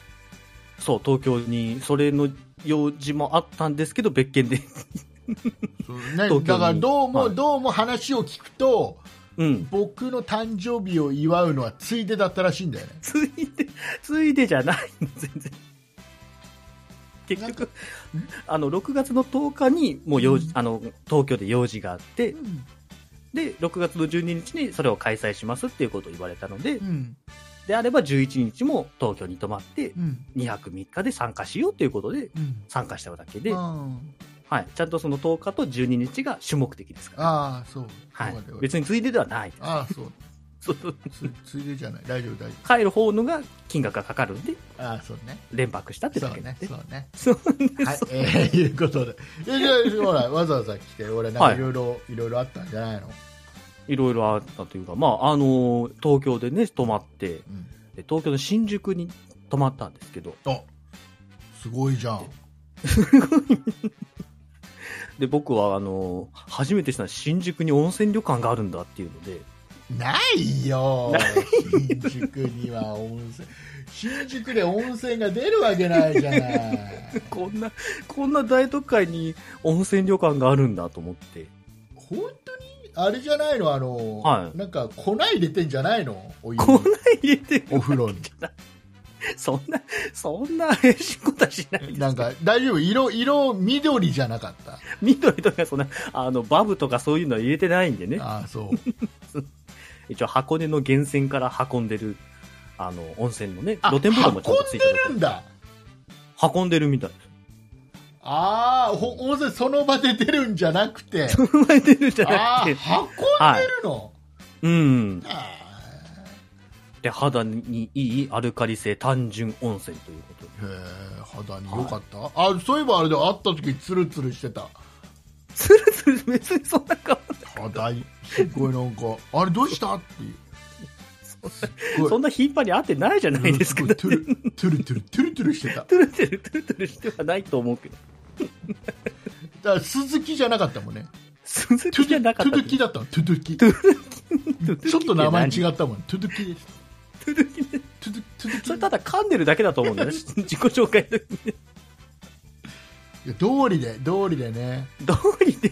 Speaker 3: そう、東京に、それの用事もあったんですけど、別件で。
Speaker 2: そうね、
Speaker 3: 東京に
Speaker 2: だからどうも、
Speaker 3: はい
Speaker 2: どうも話を聞くと、
Speaker 3: うん。
Speaker 2: 僕の誕生日を祝うのはついでだったらしいんだよね。
Speaker 3: ついで、ついでじゃないの、全然。結
Speaker 2: なんか
Speaker 3: 局、あの、6月の10日に、もう用事、
Speaker 2: うん
Speaker 3: あの、東京で用事があって
Speaker 2: う、ん、
Speaker 3: で、6月の12日にそれを開催しますっていうことを言われたので
Speaker 2: う、ん、
Speaker 3: であれば11日も東京に泊まって、
Speaker 2: うん、
Speaker 3: 2泊3日で参加しようということで、
Speaker 2: うん。
Speaker 3: 参加しただけで、
Speaker 2: うん
Speaker 3: はい、ちゃんとその10日と12日が主目的ですから、
Speaker 2: ああ、そう。
Speaker 3: はい
Speaker 2: そうだよ、
Speaker 3: 別についでではない、
Speaker 2: ああ、そう。
Speaker 3: そうそう
Speaker 2: つついでじゃない。大丈夫、大丈
Speaker 3: 帰る方のが金額がかかるんで、
Speaker 2: 夫。ああ、そうね。
Speaker 3: 連泊したって
Speaker 2: そ
Speaker 3: だ
Speaker 2: う
Speaker 3: けなん
Speaker 2: ね。
Speaker 3: で、
Speaker 2: そうね。
Speaker 3: そう
Speaker 2: はい、えー、いうことで。いや、いや、ほら、わざわざ来て、俺、なん
Speaker 3: は
Speaker 2: か
Speaker 3: い
Speaker 2: いろいろ、いろいろあったんじゃないの
Speaker 3: いろいろあったというか、まああのー東京でね、泊まって
Speaker 2: うん。
Speaker 3: で、東京の新宿に泊まったんですけど、
Speaker 2: あすごいじゃん。
Speaker 3: で僕はあのー初めてしたのは新宿に温泉旅館があるんだっていうので、
Speaker 2: ないよ
Speaker 3: な
Speaker 2: 新宿には温泉。新宿で温泉が出るわけないじゃない。
Speaker 3: こんな、こんな大都会に温泉旅館があるんだと思って、
Speaker 2: 本当にあれじゃないのあの、
Speaker 3: はい
Speaker 2: なんか、粉入れてんじゃないのお湯に
Speaker 3: こんな入れて
Speaker 2: お風呂に。
Speaker 3: そんな、そんな怪しいことはしないです。
Speaker 2: なんか、大丈夫色、色、緑じゃなかった。
Speaker 3: 緑とかそんな、あの、バブとかそういうのは入れてないんでね。
Speaker 2: ああ、そう。
Speaker 3: 一応箱根の源泉から運んでる、あの、温泉のね、
Speaker 2: あ
Speaker 3: 露天風呂もちゃんとついてる。
Speaker 2: 運んだ
Speaker 3: 運んでるみたいです。
Speaker 2: ああ、ほ温泉その場で出るんじゃなくて、
Speaker 3: 生まれてるんじゃ
Speaker 2: あ
Speaker 3: な
Speaker 2: あ
Speaker 3: く
Speaker 2: ー、
Speaker 3: て。
Speaker 2: 運んでるの。
Speaker 3: うん。
Speaker 2: あ
Speaker 3: で、肌にいいアルカリ性単純温泉ということで。
Speaker 2: ーへえ、肌に良かった、あ、そういえばあれで会った時ツルツルしてた。
Speaker 3: つるつる、別にそんな顔
Speaker 2: 肌、すごいなんか、あれどうしたっていう。すごい
Speaker 3: そんな頻繁に会ってないじゃないですか。
Speaker 2: うん
Speaker 3: ト
Speaker 2: ごいトゥル、トゥルトゥル、トゥルトゥルしてた。だか
Speaker 3: ゥルトゥル、トゥルトゥルしてはないと思うけど。
Speaker 2: ら鈴木じゃなかったもんね。
Speaker 3: 鈴
Speaker 2: トゥ
Speaker 3: 木
Speaker 2: ド
Speaker 3: じ
Speaker 2: ゥ
Speaker 3: ゃなかっ
Speaker 2: トゥ
Speaker 3: た
Speaker 2: ドゥキだったのトゥドゥキ。
Speaker 3: ち
Speaker 2: ちょっと名前
Speaker 3: う。
Speaker 2: 違ったもん。トゥドゥキ です。
Speaker 3: トゥルトゥル
Speaker 2: トゥドゥトゥドゥキ
Speaker 3: それただ噛んでるだけだと思うんだよね。自己紹介の時に。
Speaker 2: いや道理で、道理でね。
Speaker 3: どうりで。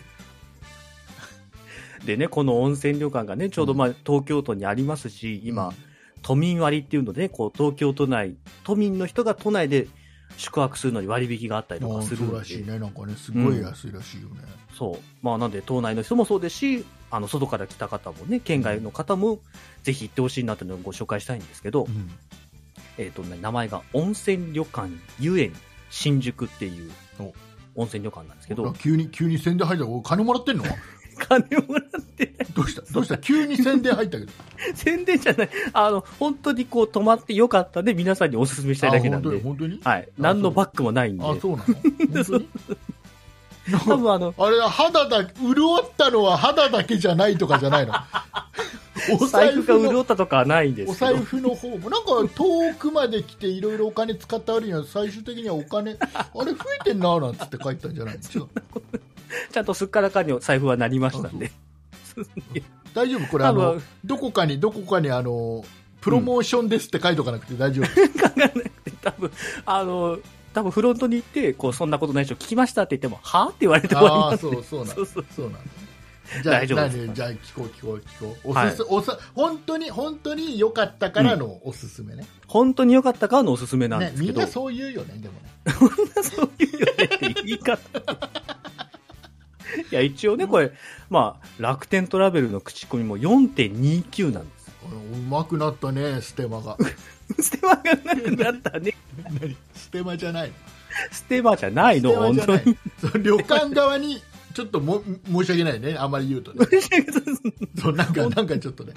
Speaker 3: でね、この温泉旅館がね、ちょうどまあ東京都にありますし、今、都民割っていうので、こう東京都内、都民の人が都内で宿泊するのに割引があったりと
Speaker 2: ま
Speaker 3: か
Speaker 2: あ、
Speaker 3: す
Speaker 2: そ
Speaker 3: るん
Speaker 2: う
Speaker 3: で、
Speaker 2: らしいね。なんかね、すごい安いらしいよね。
Speaker 3: そう。まあなんで、島内の人もそうですし、あの、外から来た方もね、県外の方も、ぜひ行ってほしいなというのをご紹介したいんですけど、
Speaker 2: うん。
Speaker 3: えっ、とね、名前が温泉旅館ゆえん新宿っていう
Speaker 2: お
Speaker 3: 温泉旅館なんですけ
Speaker 2: ほら
Speaker 3: ど、
Speaker 2: 急に、急に宣伝入った。お金もら ってんの
Speaker 3: 金をもらってない、
Speaker 2: どうしたどうした急に宣伝入ったけど。
Speaker 3: 宣伝じゃない、あの、本当にこう、泊まってよかったんで、皆さんにお勧めしたいだけなん
Speaker 2: あ本当に
Speaker 3: で、
Speaker 2: 本当に
Speaker 3: はい。何のバッグもないんで、
Speaker 2: あ、そうなの本当に
Speaker 3: 多分あの、
Speaker 2: あれだ、肌だ、潤ったのは肌だけじゃないとかじゃない のお
Speaker 3: 財
Speaker 2: 財
Speaker 3: 布
Speaker 2: 布
Speaker 3: が
Speaker 2: の
Speaker 3: 潤ったとかはないんで
Speaker 2: お
Speaker 3: すけど
Speaker 2: 財、布の方もなんか遠くまで来ていろいろお金使った割には最終的にはお金あれ増えてんななんつって書いたんじゃない違う
Speaker 3: ちゃんとすっからかんにお財布はなりましたんで。
Speaker 2: 大丈夫これあ
Speaker 3: 多
Speaker 2: の
Speaker 3: 分
Speaker 2: どこかにどこかにあのプロモーションですって書いとかなくて大丈夫、
Speaker 3: 多分あの多分フロントに行ってこうそんなことないでしょ聞きましたって言ってもはあって言われて終わ
Speaker 2: ああそうそう
Speaker 3: り
Speaker 2: なん
Speaker 3: そうそう
Speaker 2: そうなんだじゃあ
Speaker 3: 大丈夫です
Speaker 2: 何じゃあ聞こう聞こう聞こうおすす、おさ本当に本当に良かったからのおすすめね,、
Speaker 3: 本当に良かったかのおすすめなん
Speaker 2: ね
Speaker 3: です
Speaker 2: み
Speaker 3: け
Speaker 2: ん
Speaker 3: ど、
Speaker 2: なそう言うよねでもね
Speaker 3: そういうよねって言い方いや一応ねこれ、まあ、楽天トラベルの口コミも4.29なんです
Speaker 2: あのうまくなったねステマ が
Speaker 3: ステマがなくなったね
Speaker 2: 何ステマじゃないの
Speaker 3: ステマじゃないの
Speaker 2: ステマ
Speaker 3: 本
Speaker 2: じゃ
Speaker 3: 当
Speaker 2: ない
Speaker 3: に
Speaker 2: その旅館側にちょっとも申し訳ないねあまり言うと ねそうなんかなんかちょっとね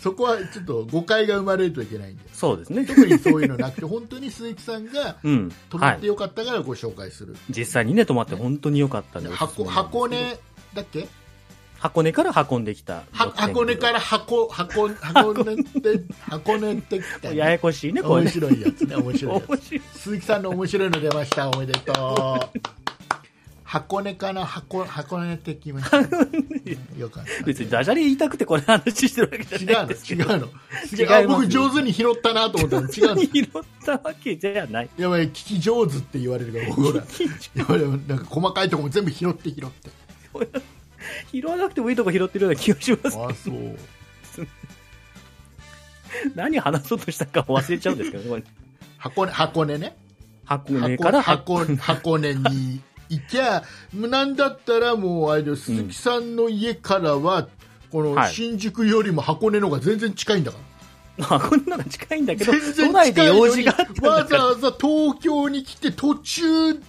Speaker 2: そこはちょっと誤解が生まれるといけないんで
Speaker 3: そうですね
Speaker 2: 特にそういうのなくて本当に鈴木さんが
Speaker 3: うん
Speaker 2: 泊
Speaker 3: は
Speaker 2: ま
Speaker 3: い
Speaker 2: ってよかったからご紹介する、
Speaker 3: 実際にね泊まって本当に良かったんでおすすめなんで
Speaker 2: 箱
Speaker 3: すけど
Speaker 2: 箱根だっけ
Speaker 3: 箱根から運んできた
Speaker 2: は箱根から箱箱箱根って箱根ってきた、
Speaker 3: ややこしいね、これ
Speaker 2: 面
Speaker 3: ね。
Speaker 2: 白いやつね面白いや
Speaker 3: 面白い。
Speaker 2: つ鈴木さんの面白いの出ましたおめでとう箱根から箱箱根ってきましたよかった
Speaker 3: 別にダジャレ言いたくてこれ話してるわけじ
Speaker 2: 違
Speaker 3: ゃな
Speaker 2: うの
Speaker 3: いですけ
Speaker 2: 違
Speaker 3: ど。
Speaker 2: うの
Speaker 3: 違います
Speaker 2: あ僕上手に拾ったなと思ったの違う の
Speaker 3: 拾ったわけじゃない。
Speaker 2: やばい聞き上手って言われるから僕ほらやばいなんか細かいとこも全部拾って拾って
Speaker 3: 拾わなくてもいいとこ拾ってるような気がします。
Speaker 2: あそう
Speaker 3: 何話そうとしたか忘れちゃうんですけどね、これ
Speaker 2: 箱根箱根ね
Speaker 3: 箱
Speaker 2: 箱
Speaker 3: 根から
Speaker 2: 箱箱根に行きゃもうなんだったらもうあれだよ鈴木さんの家からはこの
Speaker 3: はい
Speaker 2: 新宿よりも箱根の方が全然近いんだから
Speaker 3: 箱根の方が近いんだけど、
Speaker 2: 全
Speaker 3: 都
Speaker 2: 然
Speaker 3: 内
Speaker 2: 近
Speaker 3: で
Speaker 2: いの
Speaker 3: 用
Speaker 2: に
Speaker 3: 事があったん
Speaker 2: わ
Speaker 3: だか
Speaker 2: ざ
Speaker 3: ら。
Speaker 2: わざ東京に来て途中で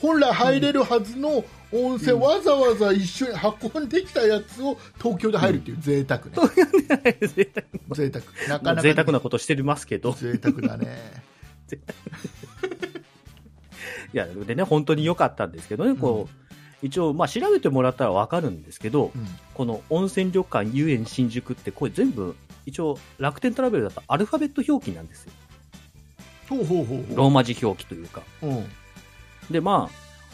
Speaker 2: 本来入れるはずの温泉、わざわざ一緒に運んできたやつを東京で入るっていう贅沢 ね、
Speaker 3: 贅沢
Speaker 2: 贅沢なか
Speaker 3: まあ
Speaker 2: なか
Speaker 3: 贅沢なことしてますけど。
Speaker 2: 贅沢だね
Speaker 3: いや、でね、本当に良かったんですけどね、こう、一応、まあ、調べてもらったらわかるんですけど、
Speaker 2: うん
Speaker 3: この温泉旅館遊園新宿って、これ全部、一応、楽天トラベルだとアルファベット表記なんですよ。
Speaker 2: ほうほうほう
Speaker 3: ロ
Speaker 2: ほ
Speaker 3: ーマ字表記というか。
Speaker 2: う、うん、
Speaker 3: で、まあ、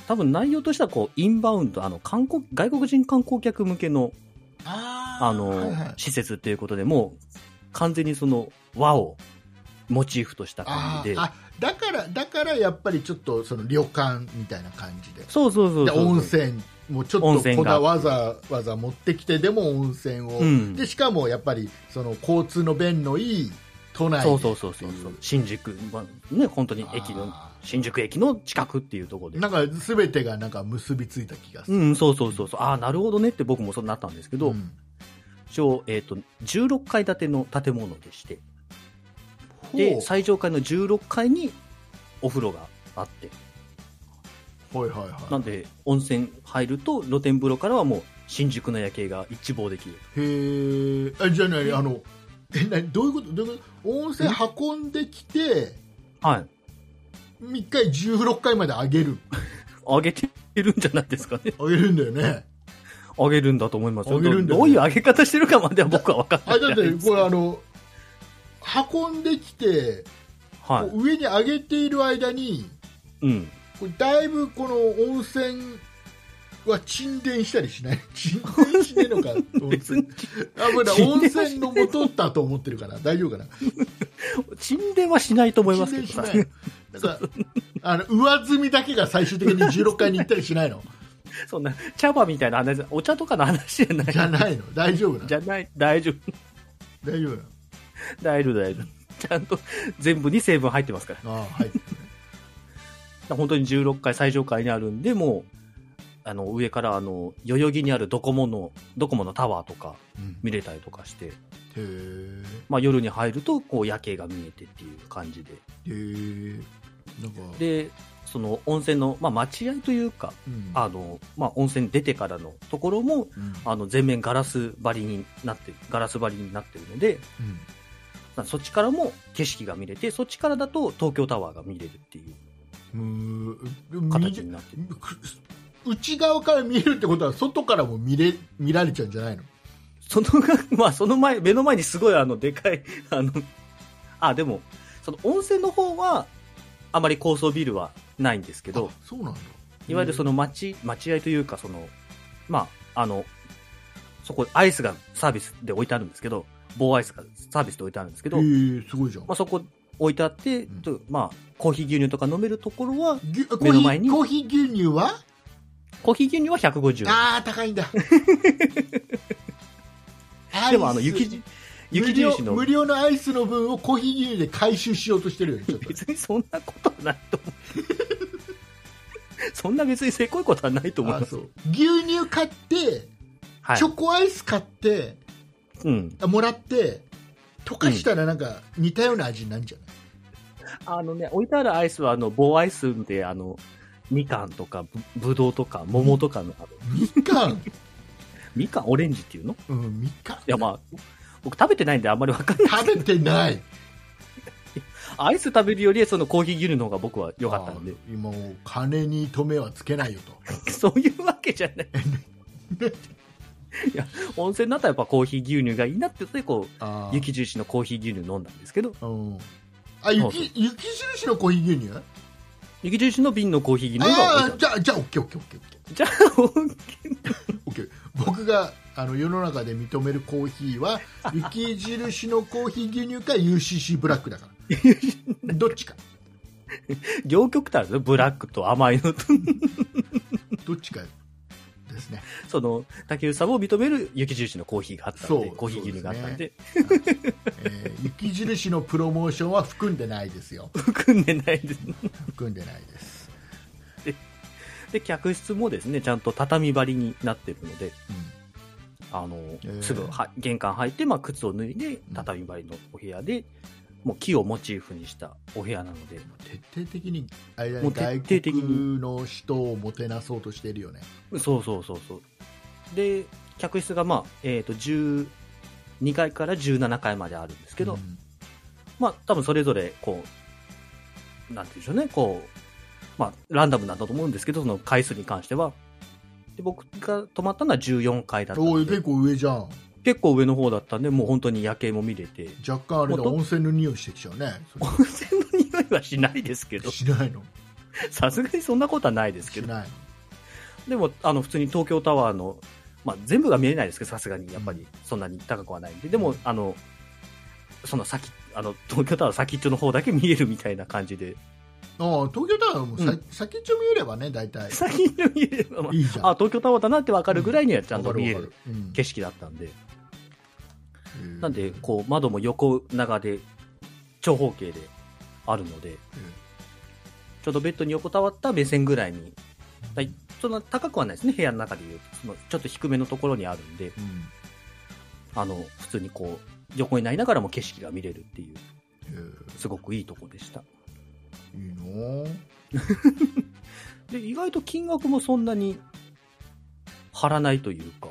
Speaker 3: 多分内容としては、こう、インバウンド、あの、観光、外国人観光客向けの、
Speaker 2: あー
Speaker 3: あの、
Speaker 2: はいはい
Speaker 3: 施設ということで、もう、完全にその、和をモチーフとした感
Speaker 2: あ
Speaker 3: じ
Speaker 2: ー
Speaker 3: で。
Speaker 2: あだからだからやっぱりちょっとその旅館みたいな感じで
Speaker 3: そうそうそう
Speaker 2: で
Speaker 3: そうそう。
Speaker 2: 温泉もちょっ
Speaker 3: 温
Speaker 2: と
Speaker 3: 泉が
Speaker 2: こだわざわざ持ってきてでも温泉を、
Speaker 3: うん
Speaker 2: でしかもやっぱりその交通の便のいい都内
Speaker 3: そうそうそうそうそう。新宿、まあ、ね、本当に駅の、
Speaker 2: あ
Speaker 3: 新宿駅の近くっていうところ
Speaker 2: ー
Speaker 3: で。
Speaker 2: なんか全てがなんか結びついた気がす
Speaker 3: う
Speaker 2: る、
Speaker 3: ん、そうそうそうそう。ああ、なるほどねって僕もそうなったんですけど、
Speaker 2: うん
Speaker 3: 一応、えっ、と、16階建ての建物でして、で、
Speaker 2: ほう
Speaker 3: 最上階の16階にお風呂があって、
Speaker 2: はいはいは
Speaker 3: なんで温泉入ると露天風呂からはもう新宿の夜景が一望できる
Speaker 2: いへえあじゃあね、あのえなどういうことどういうこと温泉運んできて
Speaker 3: はい
Speaker 2: 1回16回まで上げる
Speaker 3: 上げてるんじゃないですかね
Speaker 2: 上げるんだよね
Speaker 3: 上げるんだと思いますよ
Speaker 2: 上げるんだ
Speaker 3: ど
Speaker 2: よ
Speaker 3: ういう上げ方してるかまでは僕は分かんな
Speaker 2: あ
Speaker 3: い
Speaker 2: だっ
Speaker 3: じゃな
Speaker 2: て
Speaker 3: いです
Speaker 2: これ
Speaker 3: か
Speaker 2: あの運んできて、
Speaker 3: は
Speaker 2: こう上に上げている間に
Speaker 3: い、うん、
Speaker 2: これだいぶこの温泉は沈殿したりしない 沈殿しねえのか温
Speaker 3: 別
Speaker 2: 泉
Speaker 3: に
Speaker 2: あこれだ
Speaker 3: 沈殿
Speaker 2: 温泉の元だと思ってるから大丈夫かな
Speaker 3: 沈殿はしないと思いますけど
Speaker 2: 沈
Speaker 3: さ
Speaker 2: 殿しないだからあの上積みだけが最終的に16階に行ったりしないの
Speaker 3: そんな茶葉みたいな話お茶とかの話じゃない
Speaker 2: じゃないの大丈夫なの
Speaker 3: じゃない大丈夫
Speaker 2: 大丈夫なの
Speaker 3: 大丈夫大丈夫ちゃんと全部に成分入ってますから
Speaker 2: あはい
Speaker 3: 本当に16階最上階にあるんでもうあの上からあの代々木にあるドコモのドコモのタワーとか
Speaker 2: うん
Speaker 3: 見れたりとかして、
Speaker 2: へー
Speaker 3: まあ、夜に入るとこう夜景が見えてっていう感じで
Speaker 2: へーなんか
Speaker 3: でその温泉の、まあ、待合というか
Speaker 2: うん
Speaker 3: あの、まあ、温泉出てからのところも
Speaker 2: うん
Speaker 3: あの全面ガラス張りになってるガラス張りになってるので
Speaker 2: うん
Speaker 3: まあそっちからも景色が見れてそっちからだと東京タワーが見れるっていう
Speaker 2: うー
Speaker 3: 形になってる
Speaker 2: 内側から見えるってことは外からも見れ見られちゃうんじゃないの
Speaker 3: そのが、 まあ、その前、目の前にすごい、あの、でかい、 あの、あ、でも、その温泉の方は、あまり高層ビルはないんですけど
Speaker 2: あ、そうなんだ
Speaker 3: いわゆるその町、待合というか、その、まあ、あの、そこ、アイスがサービスで置いてあるんですけど、棒アイスがサービスで置いてあるんですけ
Speaker 2: へ
Speaker 3: ど、ま
Speaker 2: ーすごいじゃん
Speaker 3: あ、そこ置いてあって、
Speaker 2: うん
Speaker 3: とまあ、コーヒー牛乳とか飲めるところは、
Speaker 2: ぎゅコーヒ
Speaker 3: 目の前
Speaker 2: ー
Speaker 3: に
Speaker 2: コーヒー牛乳は
Speaker 3: コーヒー牛乳は150円。
Speaker 2: ああ高いんだアイス
Speaker 3: でも、あの、雪じ、雪印の
Speaker 2: 無料無、料のアイスの分をコーヒー牛乳で回収しようとしてるよね ちょっと
Speaker 3: 別にそんなことはないと思う そんな別にせこいことはないと思い
Speaker 2: あ
Speaker 3: ま
Speaker 2: ー
Speaker 3: す
Speaker 2: そう牛乳買って
Speaker 3: はい
Speaker 2: チョコアイス買って
Speaker 3: うん、
Speaker 2: あもらって溶かしたらなんか似たような味になるんじゃない、
Speaker 3: あのね置いてあるアイスはあの棒アイスであのみかんとかぶぶどうとか桃とかのあの
Speaker 2: みか ん
Speaker 3: みかんオレンジっていうのい
Speaker 2: うんみかん
Speaker 3: やまあ僕食べてないんであんまりわかんない
Speaker 2: 食べてない
Speaker 3: アイス食べるよりそのコーヒー牛乳の方が僕は良かったんで
Speaker 2: あー今もう金に止めはつけないよと
Speaker 3: そういうわけじゃないいや温泉だったらやっぱコーヒー牛乳がいいなってことでこう
Speaker 2: あー
Speaker 3: 雪印のコーヒー牛乳飲んだんですけど
Speaker 2: うんあ
Speaker 3: そうそう
Speaker 2: 雪雪印のコーヒー牛乳
Speaker 3: 雪印の瓶のコーヒー牛乳が置い
Speaker 2: あ
Speaker 3: てあ
Speaker 2: あ
Speaker 3: る
Speaker 2: じゃあじゃあオッケーオッケーオッケーオッケー
Speaker 3: じゃあ
Speaker 2: オッケー僕があの世の中で認めるコーヒー は雪印のコーヒー牛乳か UCC ブラックだから どっちか
Speaker 3: 両極端ですよブラックと甘いのと
Speaker 2: どっちかですね
Speaker 3: その竹内さんを認める雪印のコーヒーがあったんで
Speaker 2: そう
Speaker 3: コーヒー牛乳があったんで
Speaker 2: えー雪印のプロモーションは含んでないですよ
Speaker 3: 含んでないです
Speaker 2: 含んでないです、
Speaker 3: で客室もですねちゃんと畳張りになってるので
Speaker 2: うん
Speaker 3: あの、
Speaker 2: ー
Speaker 3: すぐは玄関入って、まあ、靴を脱いで畳張りのお部屋で、もう木をモチーフにしたお部屋なので
Speaker 2: 徹底的にあれだね
Speaker 3: もう徹底的に
Speaker 2: 外国の人をもてなそうとしてるよね
Speaker 3: そうそうそうそうで客室がまあえっ、と12階から17階まであるんですけど、
Speaker 2: うん
Speaker 3: まあ、多分それぞれ、こう、なんていうんでしょうね、こう、まあ、ランダムなんだと思うんですけど、その回数に関しては。で、僕が泊まったのは14階だった
Speaker 2: おい
Speaker 3: ん
Speaker 2: 結
Speaker 3: で、
Speaker 2: 構上じゃん
Speaker 3: 結構上の方だったんで、もう本当に夜景も見れて、
Speaker 2: 若干あれだ
Speaker 3: もっと
Speaker 2: 温泉の匂いしてきちゃうねそれ
Speaker 3: 温泉の匂いはしないですけど、
Speaker 2: しないの
Speaker 3: さすがにそんなことはないです
Speaker 2: し
Speaker 3: けど、
Speaker 2: ない
Speaker 3: でも、あの、普通に東京タワーの、まあ、全部が見えないですけど、さすがに、やっぱり、そんなに高くはないんで、でも、あの、その先、あの、東京タワー先っちょの方だけ見えるみたいな感じで、
Speaker 2: のああ東京タワーもさ、
Speaker 3: うん
Speaker 2: 先っちょ見えればね大体
Speaker 3: 先っちょ見えれば、まあ
Speaker 2: いいじゃん
Speaker 3: あ東京タワーだなって分かるぐらいにはちゃんと見え
Speaker 2: わ
Speaker 3: る
Speaker 2: かわか
Speaker 3: 景色だったんで、
Speaker 2: うんへえ
Speaker 3: なんでこう窓も横長で長方形であるので、ちょうどベッドに横たわった目線ぐらいに、だいそんな高くはないですね、部屋の中でいうと、そのちょっと低めのところにあるんで、
Speaker 2: うん
Speaker 3: あの普通にこう横になりながらも景色が見れるっていう、すごくいいとこでした。
Speaker 2: へえいいの
Speaker 3: で、意外と金額もそんなに張らないというか、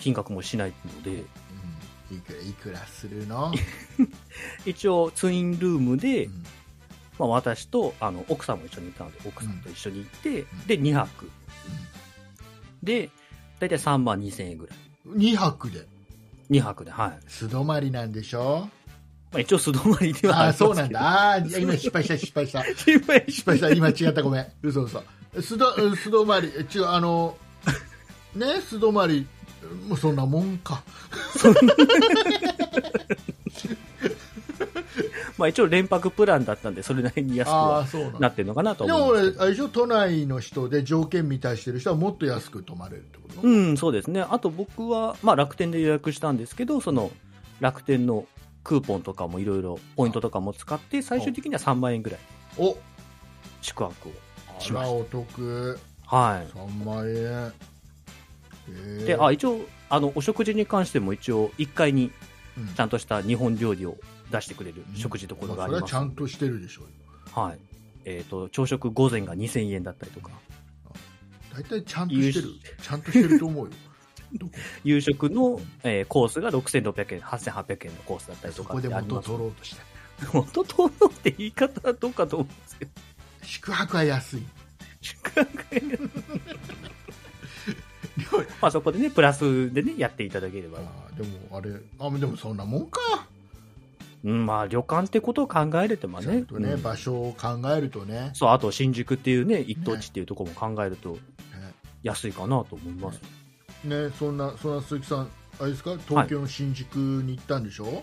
Speaker 3: 金額もしないので、
Speaker 2: うん、いくらいくらするの、
Speaker 3: 一応ツインルームで、
Speaker 2: うん
Speaker 3: まあ、私とあの奥さんも一緒にいたので奥さんと一緒に行って、で2泊で大体3万2000円ぐらい
Speaker 2: 2泊で
Speaker 3: 2泊ではい、ま
Speaker 2: 素泊まりなんでしょ
Speaker 3: あ、一応素泊まりでは
Speaker 2: あ
Speaker 3: あ
Speaker 2: あ
Speaker 3: りますけど
Speaker 2: そうなんだあーじゃあ今失敗した失敗した
Speaker 3: 心配し
Speaker 2: 失敗した今違ったごめ ん嘘嘘素泊素泊まり違うあのね素泊まりもうそんなもんか
Speaker 3: まあ一応連泊プランだったんでそれなりに安く
Speaker 2: ああ
Speaker 3: は
Speaker 2: ーそうなん
Speaker 3: な
Speaker 2: だ
Speaker 3: ってるのかなと
Speaker 2: で
Speaker 3: 思
Speaker 2: も
Speaker 3: うんで
Speaker 2: 俺
Speaker 3: すけど
Speaker 2: あれでしょ都内の人で条件満たしてる人はもっと安く泊まれるってこと、
Speaker 3: うんそうですねあと僕は、まあ、楽天で予約したんですけどその楽天のクーポンとかもいろいろポイントとかも使って最終的には3万円ぐらい
Speaker 2: お
Speaker 3: 宿泊をし
Speaker 2: あ
Speaker 3: ました
Speaker 2: らお得
Speaker 3: はい
Speaker 2: 3万円え
Speaker 3: であ一応あのお食事に関しても一応1階に
Speaker 2: うん
Speaker 3: ちゃんとした日本料理を出してくれる食事ところがあり
Speaker 2: ま
Speaker 3: ま
Speaker 2: あ
Speaker 3: す、
Speaker 2: それはちゃんとしてるでしょうよ
Speaker 3: はいえー、と朝食午前が2000円だったりとか
Speaker 2: 大体ちゃんとしてる
Speaker 3: 優
Speaker 2: ちゃんとしてると 思うよどこ
Speaker 3: 夕食の、えーコースが6600円8800円のコースだったり
Speaker 2: そ
Speaker 3: とか
Speaker 2: こ
Speaker 3: って
Speaker 2: で
Speaker 3: あり
Speaker 2: 元
Speaker 3: ます
Speaker 2: 取ろうとして
Speaker 3: 元取ろうって言い方はどうかと思うんですけど
Speaker 2: 宿泊は安い
Speaker 3: 宿泊まあそこでねプラスでねやっていただければ、
Speaker 2: あーでもあれあでもそんなもんか、
Speaker 3: うん、まあ旅館ってことを考えれても
Speaker 2: ちゃん
Speaker 3: ね
Speaker 2: とね、
Speaker 3: うん
Speaker 2: 場所を考えるとね
Speaker 3: そうあと新宿っていうね一等地っていうところも考えると安いかなと思います、
Speaker 2: ねねそんなそんな鈴木さんあれですか東京の新宿に行ったんでしょ、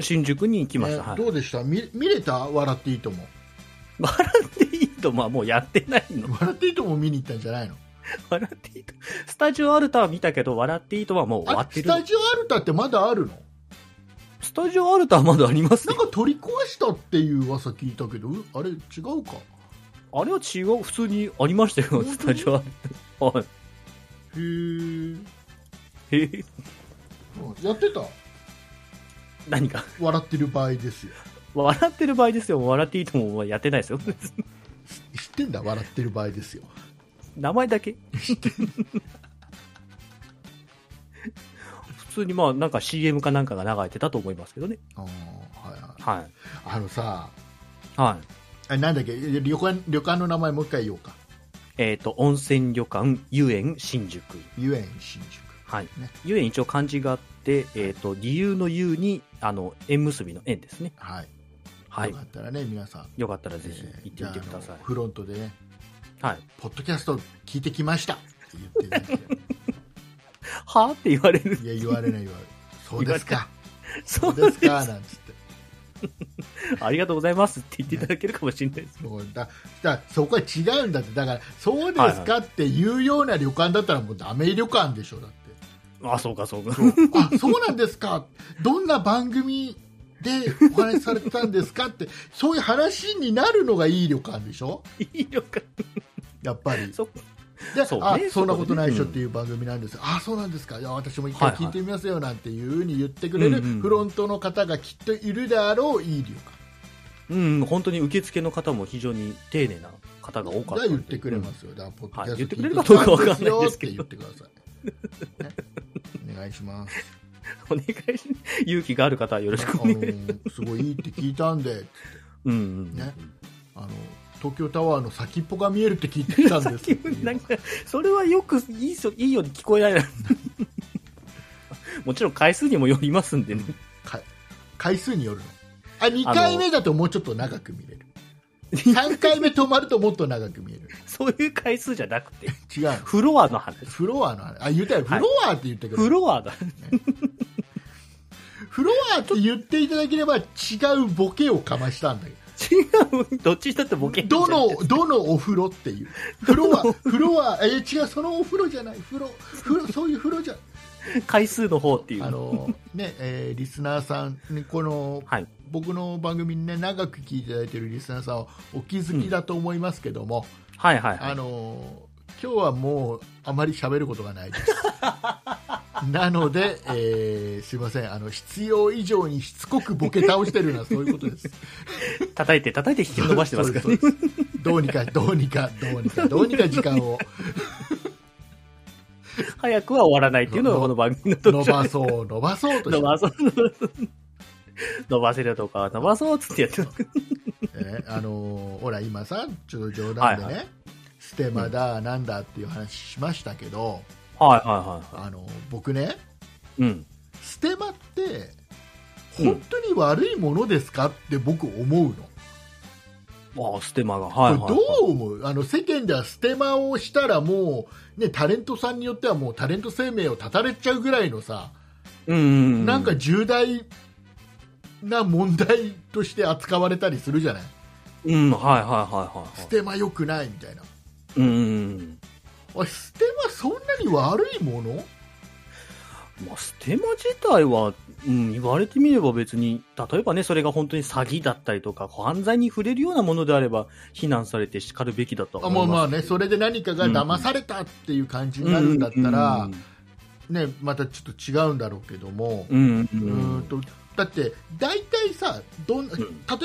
Speaker 3: 新宿に行きました、
Speaker 2: ね
Speaker 3: はい
Speaker 2: どうでした見見れた笑っていいとも
Speaker 3: 笑って いいとまあもうやってないの
Speaker 2: 笑っていいとも見に行ったんじゃないの
Speaker 3: 笑っていいとスタジオアルタは見たけど笑っていいとはもう終わ
Speaker 2: あ
Speaker 3: って
Speaker 2: ス
Speaker 3: る
Speaker 2: タジオアルタってまだあるの
Speaker 3: スタジオアルタはまだあります
Speaker 2: な
Speaker 3: ね
Speaker 2: んか取り壊したっていう噂聞いたけどうあれ違うか
Speaker 3: あれは違う普通にありましたよ
Speaker 2: 本当に
Speaker 3: スタジオアルタはい
Speaker 2: へえ
Speaker 3: へえ
Speaker 2: やってた
Speaker 3: 何か
Speaker 2: 笑ってる場合ですよ
Speaker 3: 笑ってる場合ですよ笑っていいとももうやってないですよ
Speaker 2: 知ってんだ笑ってる場合ですよ
Speaker 3: 名前だけ 普通にまあなんか CM かなんかが流れてたと思いますけどね
Speaker 2: あ,、はいはい、
Speaker 3: は
Speaker 2: あのさ
Speaker 3: いはい
Speaker 2: あなんだっけ旅館旅館の名前もう一回言おうか
Speaker 3: えっ、と温泉旅館遊園新宿
Speaker 2: 遊園新宿
Speaker 3: はい
Speaker 2: ね。
Speaker 3: ゆえに一応漢字があって、えっ、と、理由のゆうに、あの、縁結びの縁ですね。
Speaker 2: はい、
Speaker 3: はい
Speaker 2: よか。ったらね皆さん
Speaker 3: よかったらぜひ
Speaker 2: えー
Speaker 3: 行ってみてくださ
Speaker 2: じゃああ
Speaker 3: い
Speaker 2: の。フロントでね
Speaker 3: はい。
Speaker 2: ポッドキャスト聞いてきましたって言っていただけれ
Speaker 3: はぁって言われる
Speaker 2: ば。いや言われない言われないそうですか
Speaker 3: そ
Speaker 2: そううで
Speaker 3: ですすか
Speaker 2: か。なんつって
Speaker 3: ありがとうございますって言っていただけるかもしれないです。
Speaker 2: もうだだそこは違うんだってだからそうですかっていうような旅館だったらもうダメ旅館でしょだって
Speaker 3: あ、そうか、そうか。
Speaker 2: あそうなんですかどんな番組でお話しされてたんですかってそういう話になるのがいい旅館でしょ
Speaker 3: いいのか。
Speaker 2: やっぱり
Speaker 3: そ
Speaker 2: で
Speaker 3: そうね
Speaker 2: あそん
Speaker 3: そこでね
Speaker 2: なことないでしょっていう番組なんです、あそうなんですかいや私も一回聞いてみますよなんていうふうに言ってくれ
Speaker 3: う
Speaker 2: る
Speaker 3: んうん
Speaker 2: フロントの方がきっといるであろういい旅館
Speaker 3: うん、本当に受付の方も非常に丁寧な方が多かっ
Speaker 2: が
Speaker 3: たんで。
Speaker 2: 言ってくれま
Speaker 3: うん
Speaker 2: すよ、だからポッ
Speaker 3: はい
Speaker 2: ドキャスト聞い
Speaker 3: 言ってくれるかどうかわかんない
Speaker 2: て
Speaker 3: ですけ
Speaker 2: きたんですよって
Speaker 3: ど
Speaker 2: 言ってください、ねお願いします
Speaker 3: お願いし、勇気がある方はよろし
Speaker 2: あ
Speaker 3: くお
Speaker 2: の
Speaker 3: 願い。
Speaker 2: ーすごいいいって聞いたんで
Speaker 3: うんうん。
Speaker 2: ねあの東京タワーの先っぽが見えるって聞いてきたんです
Speaker 3: 気 分なんかそれはよくいいそいいように聞こえないなもちろん回数にもよりますんでね、
Speaker 2: か回数によるのあ2回目だともうちょっと長く見れる3回目止まるともっと長く見える
Speaker 3: そういう回数じゃなくて
Speaker 2: 違うの
Speaker 3: フロアの話
Speaker 2: フロアの話あ言ったよフ
Speaker 3: はい
Speaker 2: ロアって言ったけど、
Speaker 3: フロアだ
Speaker 2: フロアって言っていただければ違うボケをかましたんだけ
Speaker 3: 違うどっちだってボケ
Speaker 2: どどのどのお風呂っていうフロアフロアえ違うそのお風呂じゃない風呂風呂そういう風呂じゃ
Speaker 3: 回数の方っていう
Speaker 2: あのねえーリスナーさんにこの
Speaker 3: はい
Speaker 2: 僕の番組にね長く聞いていただいているリスナーさんはお気づきだと思いますけども、
Speaker 3: はいはいは
Speaker 2: あ
Speaker 3: い
Speaker 2: の今日はもうあまり喋ることがないです なので、えーすいませんあの必要以上にしつこくボケ倒してるのはそういうことです
Speaker 3: 叩いて叩いて引き伸ばしてますからね
Speaker 2: そうですそうですどうにかどうにかどうにかどうにか時間 を
Speaker 3: 早くは終わらないっていうのがこの番組の特
Speaker 2: 伸
Speaker 3: 徴
Speaker 2: ばそう伸ばそうと
Speaker 3: 伸
Speaker 2: して
Speaker 3: ばそう 伸ばせるとか伸ばそうっつってやってる
Speaker 2: えあのーほら今さちょっと冗談でね、
Speaker 3: はいは
Speaker 2: ステマだなんだっていう話しましたけど、
Speaker 3: はいはいはいは
Speaker 2: あのー僕ね
Speaker 3: いうん
Speaker 2: ステマって本当に悪いものですかって僕思うの、
Speaker 3: ああステマがはいはい、
Speaker 2: こ
Speaker 3: は
Speaker 2: れ
Speaker 3: い、
Speaker 2: どう思うあの世間ではステマをしたらもう、ね、タレントさんによってはもうタレント生命を絶たれちゃうぐらいのさ、
Speaker 3: うんうんうん
Speaker 2: なんか重大な問題として扱われたりするじゃない、
Speaker 3: うんはいはいはいはい
Speaker 2: ス
Speaker 3: は
Speaker 2: テマ良くないみたいな。
Speaker 3: いうんうん
Speaker 2: あステマそんなに悪いもの
Speaker 3: うんまあ、ステマ自体は、うん、言われてみれば別に、例えばね、それが本当に詐欺だったりとか、犯罪に触れるようなものであれば、非難されて叱るべきだとは
Speaker 2: あ
Speaker 3: 思
Speaker 2: まあ
Speaker 3: い
Speaker 2: ま
Speaker 3: ま
Speaker 2: あ
Speaker 3: す。
Speaker 2: ね、それで何かが騙されたっていう感じになるんだったら、ね、またちょっと違うんだろうけども、
Speaker 3: うんう
Speaker 2: うん
Speaker 3: んう、うんうん
Speaker 2: ーんとだって大体さどん例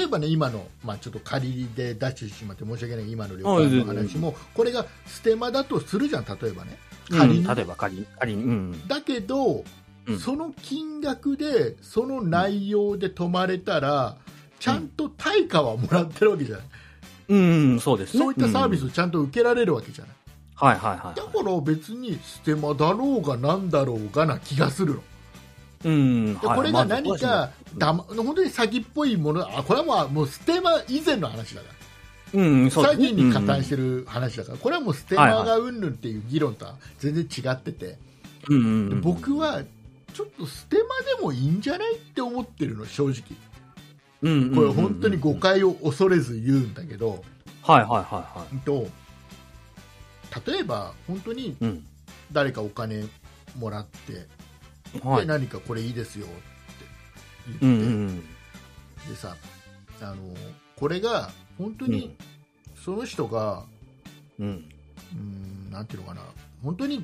Speaker 2: えばね今の、まあ、ちょっと仮で出してしまって申し訳ない今の旅
Speaker 3: あ
Speaker 2: 館の
Speaker 3: 全然
Speaker 2: 話もこれがステマだとするじゃん例えばね
Speaker 3: うん
Speaker 2: 仮に、
Speaker 3: 例えば仮に、仮に、うん。
Speaker 2: だけど、
Speaker 3: うん
Speaker 2: その金額でその内容で泊まれたらちゃんと対価はもらってるわけじゃない、
Speaker 3: うん、うんそうですね。
Speaker 2: そういったサービス
Speaker 3: うん
Speaker 2: をちゃんと受けられるわけじゃない、
Speaker 3: はいはいはいはい。
Speaker 2: だから別にステマだろうがなんだろうがな気がするの
Speaker 3: うん、
Speaker 2: で
Speaker 3: はい
Speaker 2: これ
Speaker 3: ま
Speaker 2: が
Speaker 3: あ
Speaker 2: 何
Speaker 3: そう
Speaker 2: かだ、ま、本当に詐欺っぽいものあこれはまあもうステマ以前の話だから
Speaker 3: ですねうん、そう
Speaker 2: 詐
Speaker 3: ですね
Speaker 2: 欺に加担してる話だから、これはもうステマがうんぬんっていう議論とは全然違ってて、
Speaker 3: うんうんうん、
Speaker 2: 僕はちょっとステマでもいいんじゃないって思ってるの正直
Speaker 3: うんうんうんうん、
Speaker 2: これ本当に誤解を恐れず言うんだけど、
Speaker 3: はいはいはいは
Speaker 2: うんと例えば本当に
Speaker 3: い。うん。
Speaker 2: 誰かお金もらって、
Speaker 3: は
Speaker 2: で
Speaker 3: い。
Speaker 2: 何かこれいいですよって
Speaker 3: う
Speaker 2: 言
Speaker 3: ん
Speaker 2: っ
Speaker 3: う
Speaker 2: て、
Speaker 3: ん
Speaker 2: でさあのこれが本当
Speaker 3: うん。
Speaker 2: にその人が、
Speaker 3: うん。
Speaker 2: うーんなんていうのかな本当に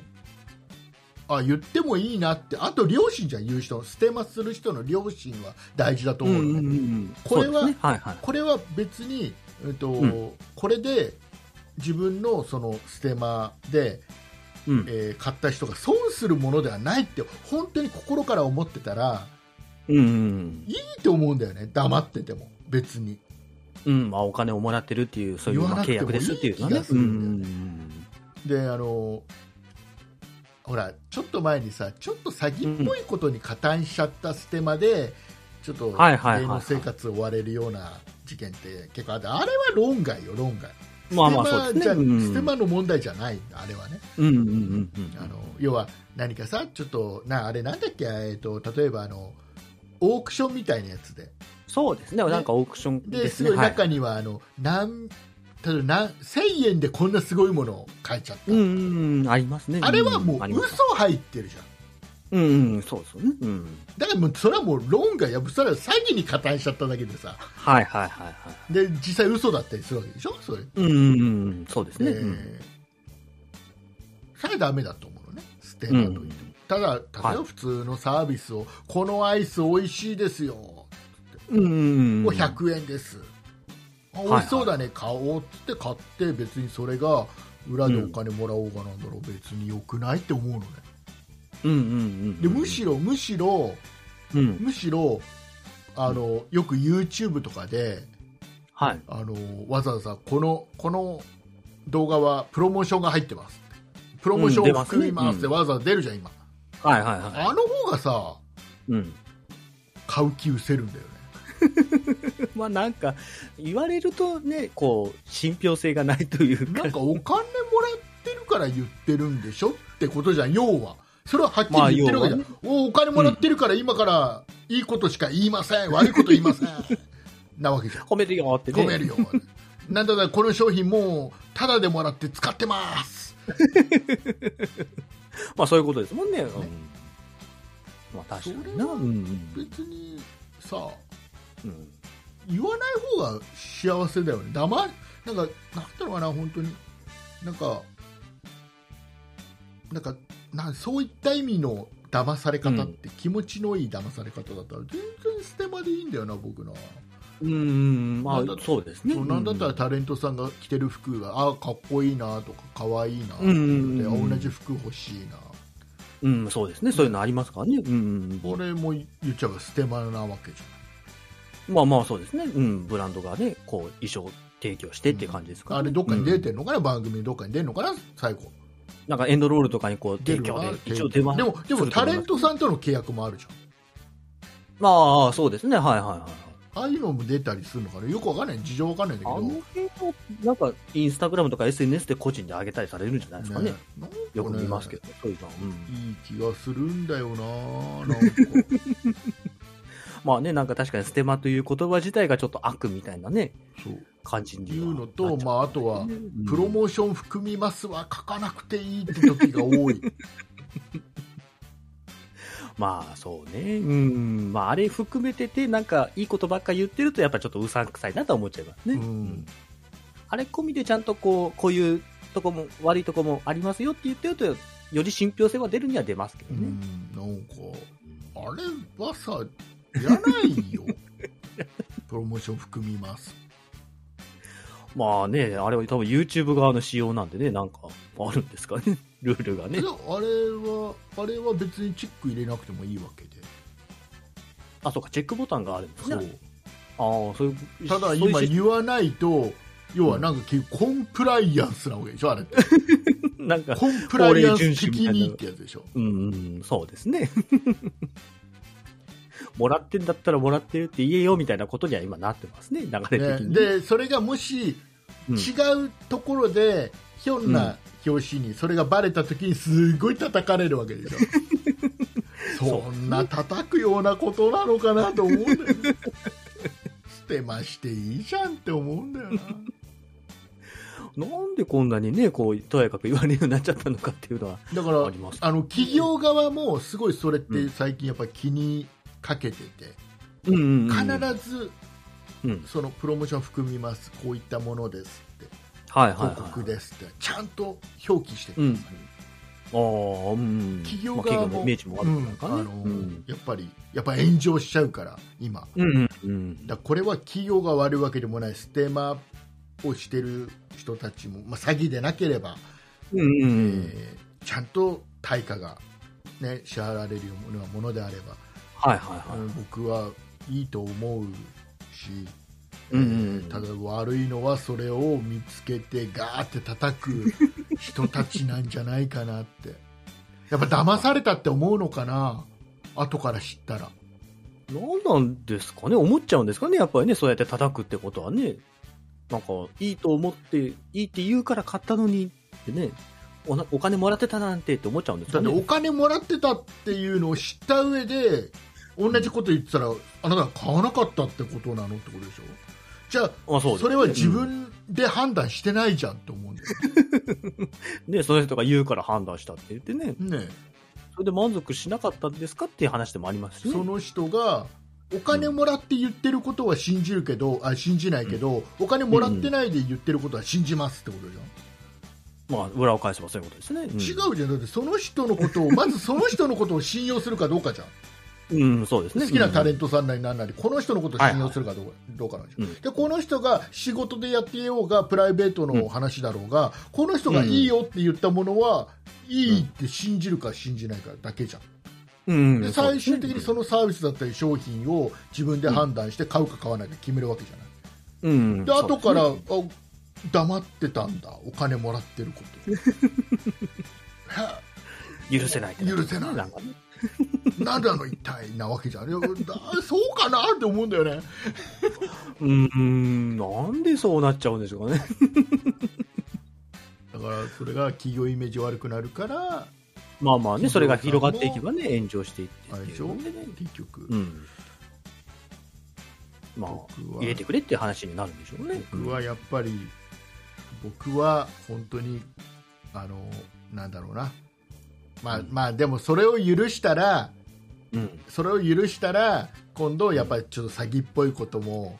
Speaker 2: あ言ってもいいなってあと両親じゃん言う人ステマする人の両親は大事だと
Speaker 3: うん
Speaker 2: 思
Speaker 3: う
Speaker 2: うのね、
Speaker 3: んうん。
Speaker 2: これは
Speaker 3: そうですね、はいはい。
Speaker 2: これは別に、えっと
Speaker 3: うん
Speaker 2: これで自分のそのステマで、
Speaker 3: うん。
Speaker 2: えー買った人が損するものではないって本当に心から思ってたら
Speaker 3: うんうん
Speaker 2: いいと思うんだよね黙ってても別に
Speaker 3: うん。うん。まあ、お金をもらってるっていう、そういう
Speaker 2: 言わ
Speaker 3: ま
Speaker 2: な
Speaker 3: あ
Speaker 2: くて
Speaker 3: 契
Speaker 2: も
Speaker 3: 約ですっていうのは
Speaker 2: 気
Speaker 3: ね
Speaker 2: が。す
Speaker 3: うん
Speaker 2: る
Speaker 3: うんんうん。
Speaker 2: であのほらちょっと前にさちょっと詐欺っぽいことに加担しちゃったステマで、ちょっと芸
Speaker 3: はいはいはいはい
Speaker 2: 能生活を追われるような事件って結構あってあれは論外よ論外
Speaker 3: まあまあ、そ
Speaker 2: ステマ
Speaker 3: うです
Speaker 2: じ
Speaker 3: ね。
Speaker 2: ゃ
Speaker 3: うん
Speaker 2: ステマの問題じゃないあれはね
Speaker 3: うんうんうんうん。
Speaker 2: あの要は何かさちょっとなあれなんだっけ、えっと例えばあのオークションみたいなやつで
Speaker 3: そうですね。なんかオークション
Speaker 2: で
Speaker 3: ですす
Speaker 2: ご
Speaker 3: ね。
Speaker 2: い
Speaker 3: はい
Speaker 2: 中にはあの、なん例えばなん1000円でこんなすごいものを買えちゃった、
Speaker 3: うんうんうん。ありますね。
Speaker 2: あれはもうん
Speaker 3: あります
Speaker 2: 嘘入ってるじゃん
Speaker 3: うんうん。そうですよね。うん。
Speaker 2: だからもうそれはもう論外やそれは詐欺に加担しちゃっただけでさ
Speaker 3: はいはいはいはい。
Speaker 2: で実際嘘だったりするわけでしょそれ
Speaker 3: うんうんうん。そうです
Speaker 2: え
Speaker 3: ね。
Speaker 2: ーそれはダメだと思うのねステマと言っても、
Speaker 3: うん
Speaker 2: ただ例えば普通のサービスを、このアイス美味しいですよこ
Speaker 3: うんうんうん。
Speaker 2: れ100円です、あ美味しそうだね、買おうっつって買って別にそれが裏でお金もらおうがなんだろう、別に良くないって思うのね
Speaker 3: うんうんうん。
Speaker 2: でむしろむしろ
Speaker 3: うん。
Speaker 2: むしろあのよく YouTube とかで
Speaker 3: はい。
Speaker 2: あのわざわざこのこの動画はプロモーションが入ってますプロモーションを含みますって
Speaker 3: う
Speaker 2: わざわざ出るじゃん今、
Speaker 3: はいはいは
Speaker 2: あの方がさ
Speaker 3: い。うん。
Speaker 2: 買う気失せるんだよね
Speaker 3: まあなんか、言われるとね、こう、信憑性がないというか
Speaker 2: なん、かお金もらってるから言ってるんでしょってことじゃん要はそれははっきり言ってるわけじゃん、
Speaker 3: ま
Speaker 2: おお金もらってるから今からいいことしか言いません、悪いこと言いませんなわけじゃん
Speaker 3: 褒めるよってね。
Speaker 2: 褒めるよ、なんだったらこの商品もうタダでもらって使ってます
Speaker 3: まあそういうことですもんね。うんまあ確かに
Speaker 2: それ
Speaker 3: な。
Speaker 2: は
Speaker 3: うんうん
Speaker 2: 別にさ
Speaker 3: うん
Speaker 2: 言わない方が幸せだよね黙なんかなんだろうかな本当になんかなんかなんそういった意味の騙され方って気持ちのいい騙され方だったら全然ステマでいいんだよな僕な
Speaker 3: うん、ま
Speaker 2: なんだ
Speaker 3: あ、そうですね。
Speaker 2: そうなんだったら
Speaker 3: うん
Speaker 2: タレントさんが着てる服があかっこいいなとかかわいいなとか
Speaker 3: うんうん
Speaker 2: であ
Speaker 3: うん
Speaker 2: 同じ服欲しいな
Speaker 3: うん、そうですね。そういうのありますからね。うんうん
Speaker 2: これも言っちゃえばステマなわけじ
Speaker 3: うん。まあまあ、そうですね。うん、ブランドがね、こう、衣装を提供してって感じです
Speaker 2: ゃん
Speaker 3: から
Speaker 2: あ
Speaker 3: ね、
Speaker 2: れどっかに出
Speaker 3: うん
Speaker 2: てんのかな、番組どっかに出るのかな最後
Speaker 3: なんかエンドロールとかにこう、提供で、
Speaker 2: 出
Speaker 3: 一
Speaker 2: る
Speaker 3: 応
Speaker 2: のかな
Speaker 3: 出ます。
Speaker 2: でもでもタレント
Speaker 3: ん。
Speaker 2: さんとの契約もあるじゃん
Speaker 3: まあ、そうですね。はいはいはいはい。
Speaker 2: ああいうのも出たりするのかなよくわかんない事情わかんないんだ
Speaker 3: あ
Speaker 2: けど
Speaker 3: の辺を、なんか、インスタグラムとか SNS で個人で上げたりされるんじゃないですかね。
Speaker 2: ねなんかね
Speaker 3: よく見ますけど、そういうの。うん。
Speaker 2: いい気がするんだよななんか
Speaker 3: まあね、なんか確かにステマという言葉自体がちょっと悪みたいなね、
Speaker 2: そう
Speaker 3: 感じには
Speaker 2: いうの
Speaker 3: な
Speaker 2: と
Speaker 3: っ、ちゃ
Speaker 2: まあ、あとは
Speaker 3: ううん
Speaker 2: プロモーション含みますは書かなくていいって時が多 い
Speaker 3: まあそうね、うん、まああれ含めてて、なんかいいことばっか言ってると、やっぱちょっとうさんくさいなとは思っちゃいますね。
Speaker 2: うん
Speaker 3: あれ込みでちゃんとこう、こういうとこも、悪いとこもありますよって言ってると、より信憑性は出るには出ますけ
Speaker 2: う
Speaker 3: どね。
Speaker 2: んなんかあれはさいらない よプロモーション含みます
Speaker 3: まあね、あれは多分 YouTube 側の仕様なんでね、なんかあるんですかね、 ルールが
Speaker 2: であ
Speaker 3: ね
Speaker 2: れ。はあれは別にチェック入れなくてもいいわけで
Speaker 3: あ、そうか、チェックボタンがあるんです
Speaker 2: そ
Speaker 3: ね。
Speaker 2: う
Speaker 3: ああ、そういう、
Speaker 2: ただ
Speaker 3: そういう
Speaker 2: 今
Speaker 3: シス
Speaker 2: 言わないと要はなんか結構コンプライアンスなわけでしょあれって
Speaker 3: なんか、
Speaker 2: コンプライアンス的にってやつでしょ
Speaker 3: うん、そうですね。 もらってんだったらもらってるって言えよみたいなことには今なってますね、流れ
Speaker 2: ね
Speaker 3: 的に。
Speaker 2: でそれがもし
Speaker 3: うん
Speaker 2: 違うところでひょんな表紙にそれがバレた時にすごい叩かれるわけで しょそんな叩くようなことなのかなと思うんだよね捨てましていいじゃんって思うんだよな
Speaker 3: なんでこんなにね、こう、とやかく言われるようになっちゃったのかっていうのは
Speaker 2: だか
Speaker 3: あ
Speaker 2: ら
Speaker 3: ります。
Speaker 2: あの企業側もすごいそれっ
Speaker 3: う
Speaker 2: て
Speaker 3: ん
Speaker 2: 最近やっぱ気にかけてて
Speaker 3: うんうんうん、
Speaker 2: 必ず
Speaker 3: うん、
Speaker 2: そのプロモーション含みますこういったものですって
Speaker 3: はいはい、はい。
Speaker 2: 広告ですってちゃんと表記してください、
Speaker 3: うんああ、うんうん。
Speaker 2: 企業
Speaker 3: まあ
Speaker 2: 側
Speaker 3: 企業の
Speaker 2: も、
Speaker 3: イメージもあるんだからね。
Speaker 2: うんあの
Speaker 3: うん
Speaker 2: やっぱりやっぱ炎上しちゃうから今
Speaker 3: うんうんうん
Speaker 2: だからこれは企業が悪いわけでもないステマをしてる人たちも、まあ、詐欺でなければ、
Speaker 3: うんうんうん
Speaker 2: えーちゃんと対価が、ね、支払われるようなものであれ
Speaker 3: はいはい
Speaker 2: ば、
Speaker 3: はい。
Speaker 2: うん僕はいいと思うし、
Speaker 3: うんうんうん
Speaker 2: ただ悪いのはそれを見つけてガーって叩く人たちなんじゃないかなって やっぱ騙されたって思うのかな後から知ったら
Speaker 3: なんなんですかね、思っちゃうんですかね、やっぱりね、そうやって叩くってことはね、なんか、いいと思って、いいって言うから買ったのにってね、おなお金もらってたなんてって思っちゃうんです
Speaker 2: だ
Speaker 3: か
Speaker 2: ってお
Speaker 3: ね。
Speaker 2: 金もらってたっていうのを知った上で同じこと言ってたらあなたが買わなかったってことなのってことでしょじゃあ
Speaker 3: あそう
Speaker 2: そ,、
Speaker 3: です
Speaker 2: れは自分で判断してないじゃんって思うんだよ
Speaker 3: うんね、その人が言うから判断したって言ってね、
Speaker 2: ね
Speaker 3: それで満足しなかったんですかっていう話でもありますし、ね、
Speaker 2: その人がお金もらって言ってることは信じるけどあ信じないけど、お金もらってないで言ってることは信じますってことじゃん、
Speaker 3: まあ、裏を返せばそういうことですね。うん、
Speaker 2: 違うじゃんだってその人のことをまずその人のことを信用するかどうかじゃん
Speaker 3: うん、そうですね。
Speaker 2: 好きなタレン
Speaker 3: ト。
Speaker 2: トさんなりなんなりこの人のことを信用するかどうか,、どうかなんでしょ、
Speaker 3: うん
Speaker 2: でこの人が仕事でやってようがプライベートの話だろうが、この人がいいよって言ったものは、いいって信じるか信じないかだけじゃん
Speaker 3: うん、
Speaker 2: で
Speaker 3: そう
Speaker 2: 最
Speaker 3: ですね
Speaker 2: 終的にそ、のサービスだったり商品を自分で判断して買うか買わないか決めるわけじゃない、
Speaker 3: うん、
Speaker 2: で後から、
Speaker 3: そうで
Speaker 2: あ黙ってたんだお金もらってること は
Speaker 3: すね許せないって
Speaker 2: 許せない
Speaker 3: なんかね
Speaker 2: あなんだの一体なわけじゃんいやだそうかなって思うんだよね
Speaker 3: うんうん、なんでそうなっちゃうんでしょうかね。
Speaker 2: だからそれが企業イメージ悪くなるから
Speaker 3: まあまあね、それが広がっていけばね、炎上していって
Speaker 2: あれ
Speaker 3: って
Speaker 2: で
Speaker 3: い
Speaker 2: しょ
Speaker 3: うのでね。
Speaker 2: 結局、
Speaker 3: うん。まあ、
Speaker 2: 僕は
Speaker 3: 入れてくれっていう話になるんでしょうね。
Speaker 2: 僕はやっぱり僕は本当にあのなんだろうなまあ、
Speaker 3: うん
Speaker 2: まあでもそれを許したら
Speaker 3: うん。
Speaker 2: それを許したら今度やっぱりちょっと詐欺っぽいことも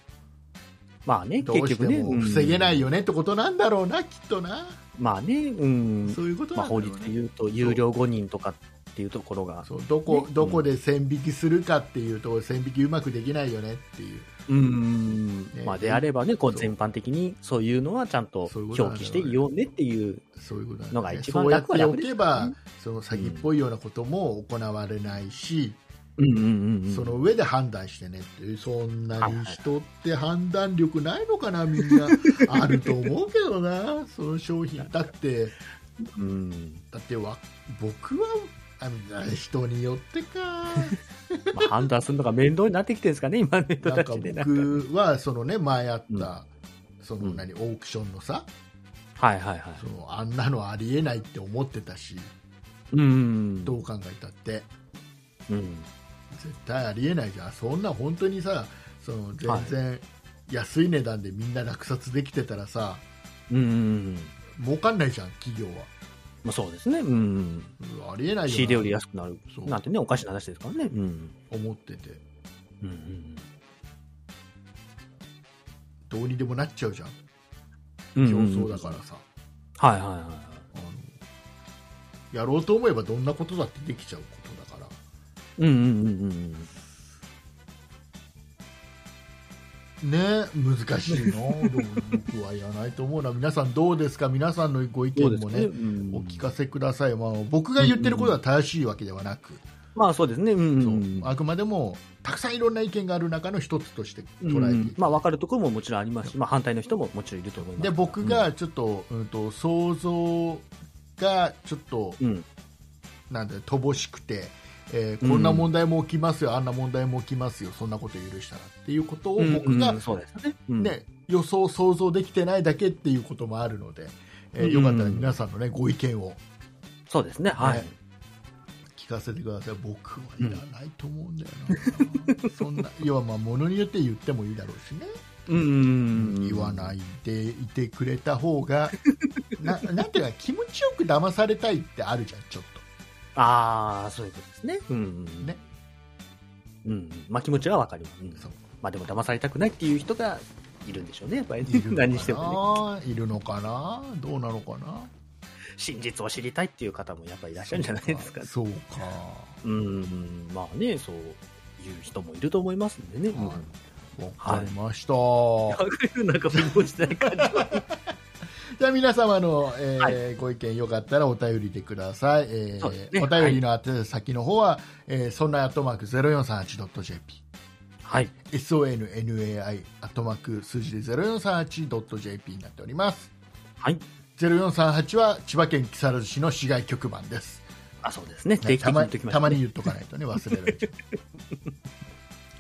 Speaker 3: まあね、
Speaker 2: どう
Speaker 3: 結
Speaker 2: して
Speaker 3: 局ね。
Speaker 2: も防げない
Speaker 3: よ。
Speaker 2: よねってことなんだろうな、きっとな
Speaker 3: まあね、うん。
Speaker 2: そういうこと
Speaker 3: ま
Speaker 2: な
Speaker 3: あ
Speaker 2: んだろ
Speaker 3: 法
Speaker 2: うね
Speaker 3: 律で言うと、有料誤認とかっていうところが、
Speaker 2: そうどこ
Speaker 3: ね
Speaker 2: どこで線引きするかっていうところ線引きうまくできないよねっていう
Speaker 3: うん
Speaker 2: ね
Speaker 3: まあ、であればね、こう
Speaker 2: そう
Speaker 3: 全般的にそういうのはちゃんと
Speaker 2: そういうことなん
Speaker 3: 表
Speaker 2: だよね
Speaker 3: 記していいよねっていう、
Speaker 2: そういうことなんですね
Speaker 3: のが一番
Speaker 2: そうやっ
Speaker 3: 楽は
Speaker 2: てお
Speaker 3: 楽です
Speaker 2: け
Speaker 3: から
Speaker 2: ば、
Speaker 3: ね
Speaker 2: その詐欺っぽいようなことも行われないし、
Speaker 3: うんうんうんうん
Speaker 2: その上で判断してねっていうそんなに人って判断力ないのかなみ んなあると思うけどなその商品だって
Speaker 3: うん
Speaker 2: だってわ僕はあの人によってか
Speaker 3: まあ、判断するのが面倒になってきてるんですかね、今の 人
Speaker 2: なん
Speaker 3: た
Speaker 2: か
Speaker 3: ちで。なんか
Speaker 2: 僕はそのね前あった、その
Speaker 3: うん
Speaker 2: 何オークションのさ
Speaker 3: はいはいはい。
Speaker 2: そのあんなのありえないって思ってたし
Speaker 3: うん
Speaker 2: どう考えたって
Speaker 3: うん
Speaker 2: 絶対ありえないじゃんそんな本当にさその全然安い値段でみんな落札できてたらさ
Speaker 3: うんうん
Speaker 2: 儲かんないじゃん企業は
Speaker 3: まあ、そうですね、うん、
Speaker 2: うんありえない
Speaker 3: 仕入れより
Speaker 2: な
Speaker 3: 安くなる
Speaker 2: そう
Speaker 3: なんてね、おかしな話ですからね。うん
Speaker 2: 思ってて
Speaker 3: うんうん
Speaker 2: どうにでもなっちゃうじゃん
Speaker 3: うん
Speaker 2: 競争だからさ、
Speaker 3: はいはいは
Speaker 2: あのやろうと思えばどんなことだってできちゃうことだから
Speaker 3: い。うんうんうんうん
Speaker 2: ね難しい なでも僕はやらないと思うな皆さんどうですか皆さんのご意
Speaker 3: そう
Speaker 2: 見
Speaker 3: です
Speaker 2: も
Speaker 3: ね。
Speaker 2: ね
Speaker 3: うん
Speaker 2: お聞かせください、まあ、僕が言ってることは正しいわけではなく、
Speaker 3: まあそうですね。うんうん
Speaker 2: そうあくまでもたくさんいろんな意見がある中の一つとして捉えていく
Speaker 3: まあ、分かるところももちろんありますし、まあ、反対の人ももちろんいると思います
Speaker 2: で僕がちょっと,、うん、と想像がちょっと
Speaker 3: うん、うん
Speaker 2: なんだよ乏しくて、えーこんな問題も起きますよ、あんな問題も起きますよそんなこと許したらっていうことを僕が、
Speaker 3: うんうんそうですね,うん、
Speaker 2: ね予想想像できてないだけっていうこともあるので、えーよかったら皆さんの、ね、ご意見を
Speaker 3: そうですねはい、
Speaker 2: ね聞かせてください僕はいらないと思うんだよな、 そんな要はまあ物によって言ってもいいだろうしね
Speaker 3: うんうんうん
Speaker 2: 言わないでいてくれた方 がななんていうか気持ちよく騙されたいってあるじゃんちょっ
Speaker 3: ああそういうことですねうんうん
Speaker 2: ね
Speaker 3: うんうんまあ気持ちは分かる、うん
Speaker 2: そう
Speaker 3: まあでも騙されたくないっていう人がいるんでしょうねやっぱり
Speaker 2: といるの
Speaker 3: 何してもね
Speaker 2: かないるのかなどうなのかな
Speaker 3: 真実を知りたいっていう方もやっぱいらっしゃるんじゃない ですか
Speaker 2: そうか
Speaker 3: うんうんまあねそういう人もいると思いますんでね、うん
Speaker 2: はいわかりました、
Speaker 3: なんか貧乏してない感じは
Speaker 2: じゃあ皆様の、えー
Speaker 3: は
Speaker 2: ご意見よかったらお便りでください、え
Speaker 3: そうですね
Speaker 2: お便りの宛先の方は、えーそんなアットマーク 0438.jp
Speaker 3: はい
Speaker 2: sonnai アットマーク数字で 0438.jp になっております
Speaker 3: はい
Speaker 2: 0438は千葉県木更津市の市街局番です、
Speaker 3: あそうですね
Speaker 2: ね
Speaker 3: 定期的
Speaker 2: た
Speaker 3: に言
Speaker 2: ま
Speaker 3: っときましょ
Speaker 2: た
Speaker 3: う
Speaker 2: まに言っとかないとね忘れられちゃうと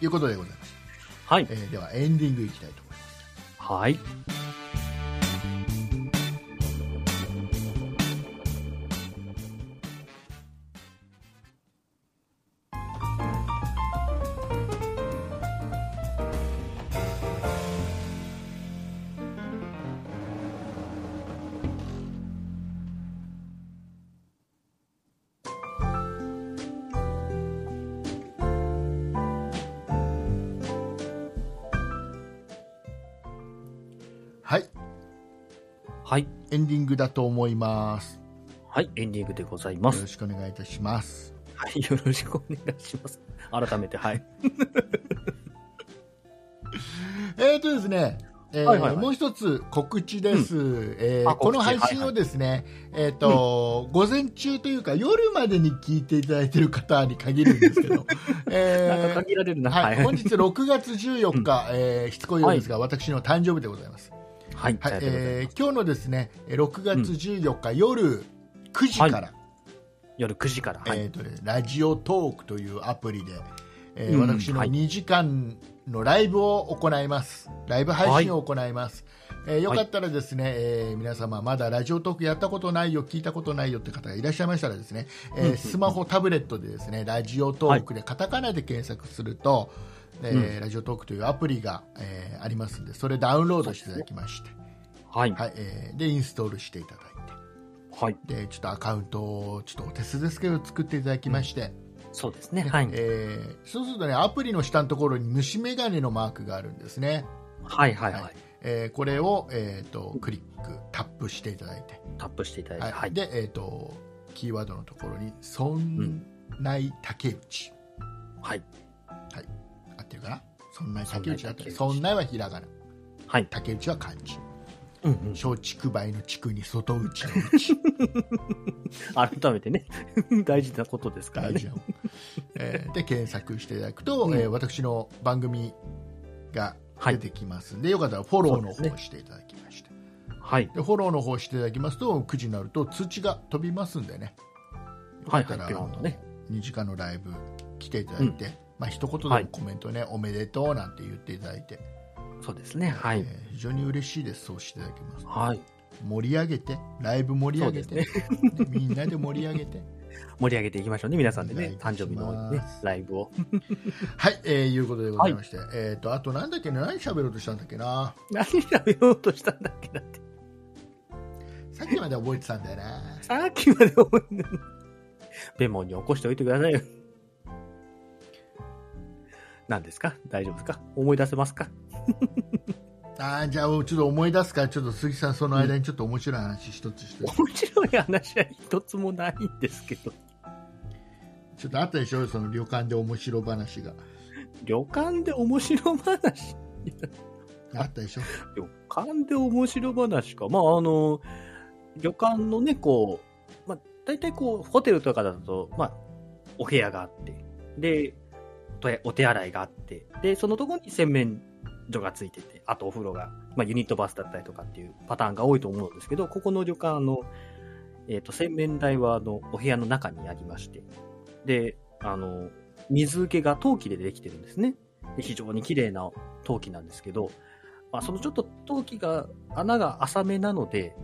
Speaker 2: いうことでございました、
Speaker 3: はい
Speaker 2: えーではエンディングいきたいと思います
Speaker 3: はい
Speaker 2: はい
Speaker 3: はい
Speaker 2: エンディングだと思います
Speaker 3: はい、エンディングでございま
Speaker 2: よろ
Speaker 3: す。
Speaker 2: しくお願いいたします
Speaker 3: はい、よろしくお願いします。改めて、はい。
Speaker 2: えーとですね、えー
Speaker 3: はいはいはい
Speaker 2: もう一つ告知です、えー
Speaker 3: あ
Speaker 2: こ
Speaker 3: 告知
Speaker 2: の配信をですね、えーと午前中というか夜までに聞いていただいている方に限るんですけ ど、
Speaker 3: なんか
Speaker 2: えー
Speaker 3: 限られるな。
Speaker 2: はい、
Speaker 3: はい
Speaker 2: 本。日6月14日、えーしつこいようですが、私の誕生日でございます。
Speaker 3: はい、
Speaker 2: はい
Speaker 3: あ、りがとうござい
Speaker 2: え
Speaker 3: ます
Speaker 2: ー今日のですね、えー6月14日、夜9時から、
Speaker 3: 夜9時から。はい。
Speaker 2: えーとねラジオトークというアプリで、えー
Speaker 3: うん
Speaker 2: 私の
Speaker 3: はい
Speaker 2: 2時間のライブを行います。ライブ配信を行います。えーよかったらですね、えー皆様まだラジオトークやったことないよ、聞いたことないよって方がいらっしゃいましたらですね、えー
Speaker 3: うんうん
Speaker 2: スマホ、タブレットでですね、ラジオトークでカタカナで検索すると、えーラジオトークというアプリが、えーありますんで、それダウンロードしていただきまして、
Speaker 3: はい。
Speaker 2: はい、えーで、インストールしていただい
Speaker 3: はい。
Speaker 2: て、で、ちょっとアカウントをちょっとお手数ですけど作っていただきまして、
Speaker 3: そうですね。はい。
Speaker 2: えーそうするとねアプリの下のところに虫眼鏡のマークがあるんですね、
Speaker 3: はい、はい、は
Speaker 2: はい
Speaker 3: い。
Speaker 2: えーこれを、えー、とクリックタップしていただいて、
Speaker 3: タップしていただい
Speaker 2: は
Speaker 3: て。
Speaker 2: い
Speaker 3: は
Speaker 2: で、
Speaker 3: い。
Speaker 2: えー、とキーワードのところに「そんない竹内
Speaker 3: はい。」
Speaker 2: 合ってるかな「そんない竹内」だったら「
Speaker 3: そ
Speaker 2: そ
Speaker 3: ん
Speaker 2: んない」はひらがな
Speaker 3: はい。
Speaker 2: 竹内は漢字
Speaker 3: うん うん。
Speaker 2: 松竹梅の竹に外内の内
Speaker 3: 改めてね、 大事なことですから
Speaker 2: 大
Speaker 3: ね
Speaker 2: 事。な、えーで検索していただくと、
Speaker 3: うん
Speaker 2: えー私の番組が出てきますんで、よかったらフォローの
Speaker 3: そうです
Speaker 2: 方をしていただきましてで、
Speaker 3: はい。
Speaker 2: フォローの方をしていただきますと9時になると通知が飛びますんでね
Speaker 3: はい。
Speaker 2: だから
Speaker 3: はい。ピロンとね。
Speaker 2: 2時間のライブ来ていただいて、まあ一言で
Speaker 3: はい
Speaker 2: もコメントね、おめでとうなんて言っていただいて、
Speaker 3: そうですね。は
Speaker 2: え
Speaker 3: い。
Speaker 2: ー非常に嬉しいですそうしていただきます
Speaker 3: はい。
Speaker 2: 盛り上げてライブ盛り上げて、
Speaker 3: そうで
Speaker 2: ね みんなで盛り上げて
Speaker 3: 盛り上げていきましょうね。皆さんでね
Speaker 2: お、願
Speaker 3: 誕
Speaker 2: いし
Speaker 3: 生
Speaker 2: ます
Speaker 3: 日の、ね、ライ ブを。
Speaker 2: はい、えーいうことでございまして、えっ、とあとなんだっけな何喋ろうとしたんだっけな
Speaker 3: 何食べようとしたんだっけだって。
Speaker 2: さっきまで覚えてたんだよな
Speaker 3: さっきまで思い出ないベモンに起こしておいてくださいよ。何ですか大丈夫ですか思い出せますか
Speaker 2: あーじゃあちょっと思い出すからちょっと鈴木さんその間にちょっと面白い話一つして、ち
Speaker 3: 面白い話は一つもないんですけど。
Speaker 2: ょっとあったでしょその旅館で面白話が
Speaker 3: 旅館で面白話
Speaker 2: あったでしょ
Speaker 3: 旅館で面白話か。まあ、あの、旅館のね、こう、まあ、大体こう、ホテルとかだと、まあ、お部屋があって、で、お手お手洗いがあって、で、そのとこに洗面所がついてて、あとお風呂が、まあ、ユニットバスだったりとかっていうパターンが多いと思うんですけど、ここの旅館の、えっ、と、洗面台は、あの、お部屋の中にありまして、で、あの、水受けが陶器でできてるんですね。で非常に綺麗な陶器なんですけど、まあ、そのちょっと陶器が、穴が浅めなので、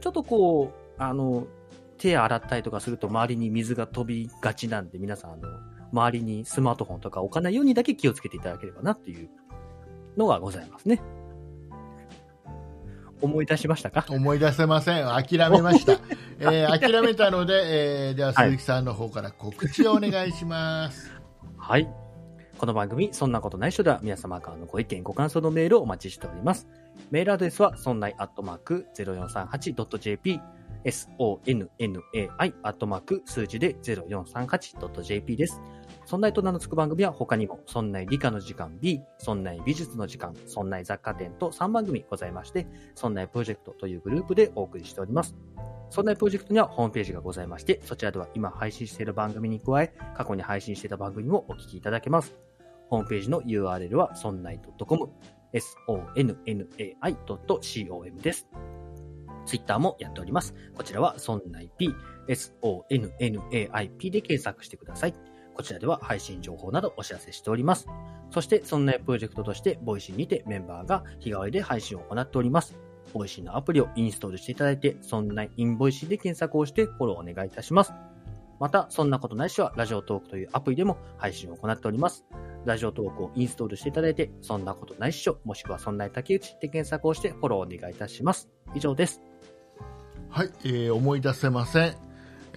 Speaker 3: ちょっとこう、あの、手洗ったりとかすると周りに水が飛びがちなんで、皆さん、あの、周りにスマートフォンとか置かないようにだけ気をつけていただければなっていうのがございますね。思い出しましたか
Speaker 2: 思い出せません、諦めま した、えー、諦めたので、えー、では鈴木さんの方から告知をお願いします。
Speaker 3: はい。この番組、そんなことない人では皆様からのご意見、ご感想のメールをお待ちしております。メールアドレスは、そんないアットマーク 0438.jp、sonnai アットマーク数字で 0438.jp です。そんないと名の付く番組は他にも、そんない理科の時間 B、そんない美術の時間、そんない雑貨店と3番組ございまして、そんないプロジェクトというグループでお送りしております。そんないプロジェクトにはホームページがございまして、そちらでは今配信している番組に加え、過去に配信していた番組もお聞きいただけます。ホームページの URL は sonnai.com、sonnai.com です。ツイッターもやっております。こちらは sonnaip、sonnaip で検索してください。こちらでは配信情報などお知らせしております。そして、そんなプロジェクトとして、ボイシーにてメンバーが日替わりで配信を行っております。ボイシーのアプリをインストールしていただいて、そんなインボイシーで検索をしてフォローお願いいたします。また、そんなことないしは、ラジオトークというアプリでも配信を行っております。ラジオトークをインストールしていただいて、そんなことないっしょ、もしくはそんな竹内で検索をしてフォローお願いいたします。以上です。
Speaker 2: はい、えー、思い出せません、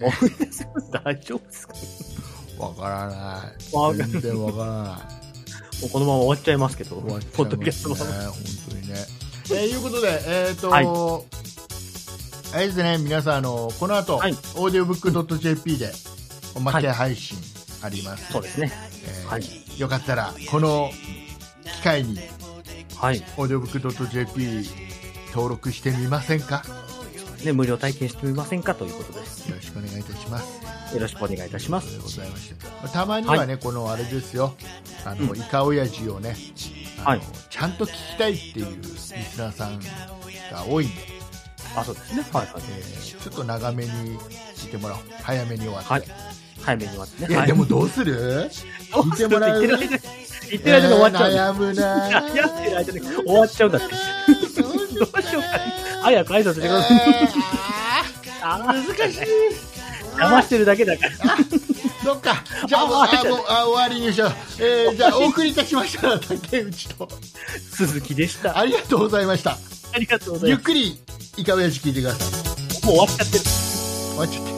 Speaker 3: 思い出せます大丈夫ですか
Speaker 2: わからない、
Speaker 3: わかんない
Speaker 2: 全然わからない。
Speaker 3: もうこのまま終わっちゃいますけど、
Speaker 2: 終わっちゃいますね
Speaker 3: ポッドキャストのまま。
Speaker 2: 本当にね。えー、いうことで、えーと
Speaker 3: はい
Speaker 2: あれですね、皆さん、あのこの後、
Speaker 3: はい
Speaker 2: オーディオブックドット JP でおまけ配信あります、
Speaker 3: そうですね。
Speaker 2: えー
Speaker 3: はい。
Speaker 2: よかったら、この機会に、
Speaker 3: はい。
Speaker 2: オーディオブックドット JP 登録してみませんか
Speaker 3: ね、無料体験してみませんかということです。
Speaker 2: よろしくお願いいたします。
Speaker 3: よろしくお願いいたしま
Speaker 2: という
Speaker 3: す。
Speaker 2: ことでございまして、たまにはね、このあれですよ、あの、
Speaker 3: うん
Speaker 2: イカオヤジをね、あの
Speaker 3: はい
Speaker 2: ちゃんと聞きたいっていうリスナーさんが多いんで、
Speaker 3: あ、そうですね。はいはい
Speaker 2: え。ーちょっと長めに聞いてもらおう。早めに終わって。
Speaker 3: はい
Speaker 2: い、
Speaker 3: 早めに終わってね。
Speaker 2: や、
Speaker 3: はい、
Speaker 2: でもどうする聞いてもらう
Speaker 3: 言ってる間に言ってる間に終わっちゃうんだ
Speaker 2: えー悩むなー
Speaker 3: 悩んでる間に終わっちゃうんだって。
Speaker 2: そうですね
Speaker 3: どうしようか。早く挨拶してください。
Speaker 2: え
Speaker 3: あ
Speaker 2: ー
Speaker 3: ー
Speaker 2: 難しい。
Speaker 3: 騙してるだけだから。
Speaker 2: そっか。じゃあ、もう
Speaker 3: あ
Speaker 2: あもうあ終わりにしよう。えーじゃ あ、お送りいたしました。竹内と。
Speaker 3: 鈴木でした。
Speaker 2: ありがとうございました。
Speaker 3: ありがとうござい
Speaker 2: ゆっ
Speaker 3: ます。
Speaker 2: くり、イカオヤジ聞いてください。
Speaker 3: もう終わっちゃってる。
Speaker 2: 終わっちゃって。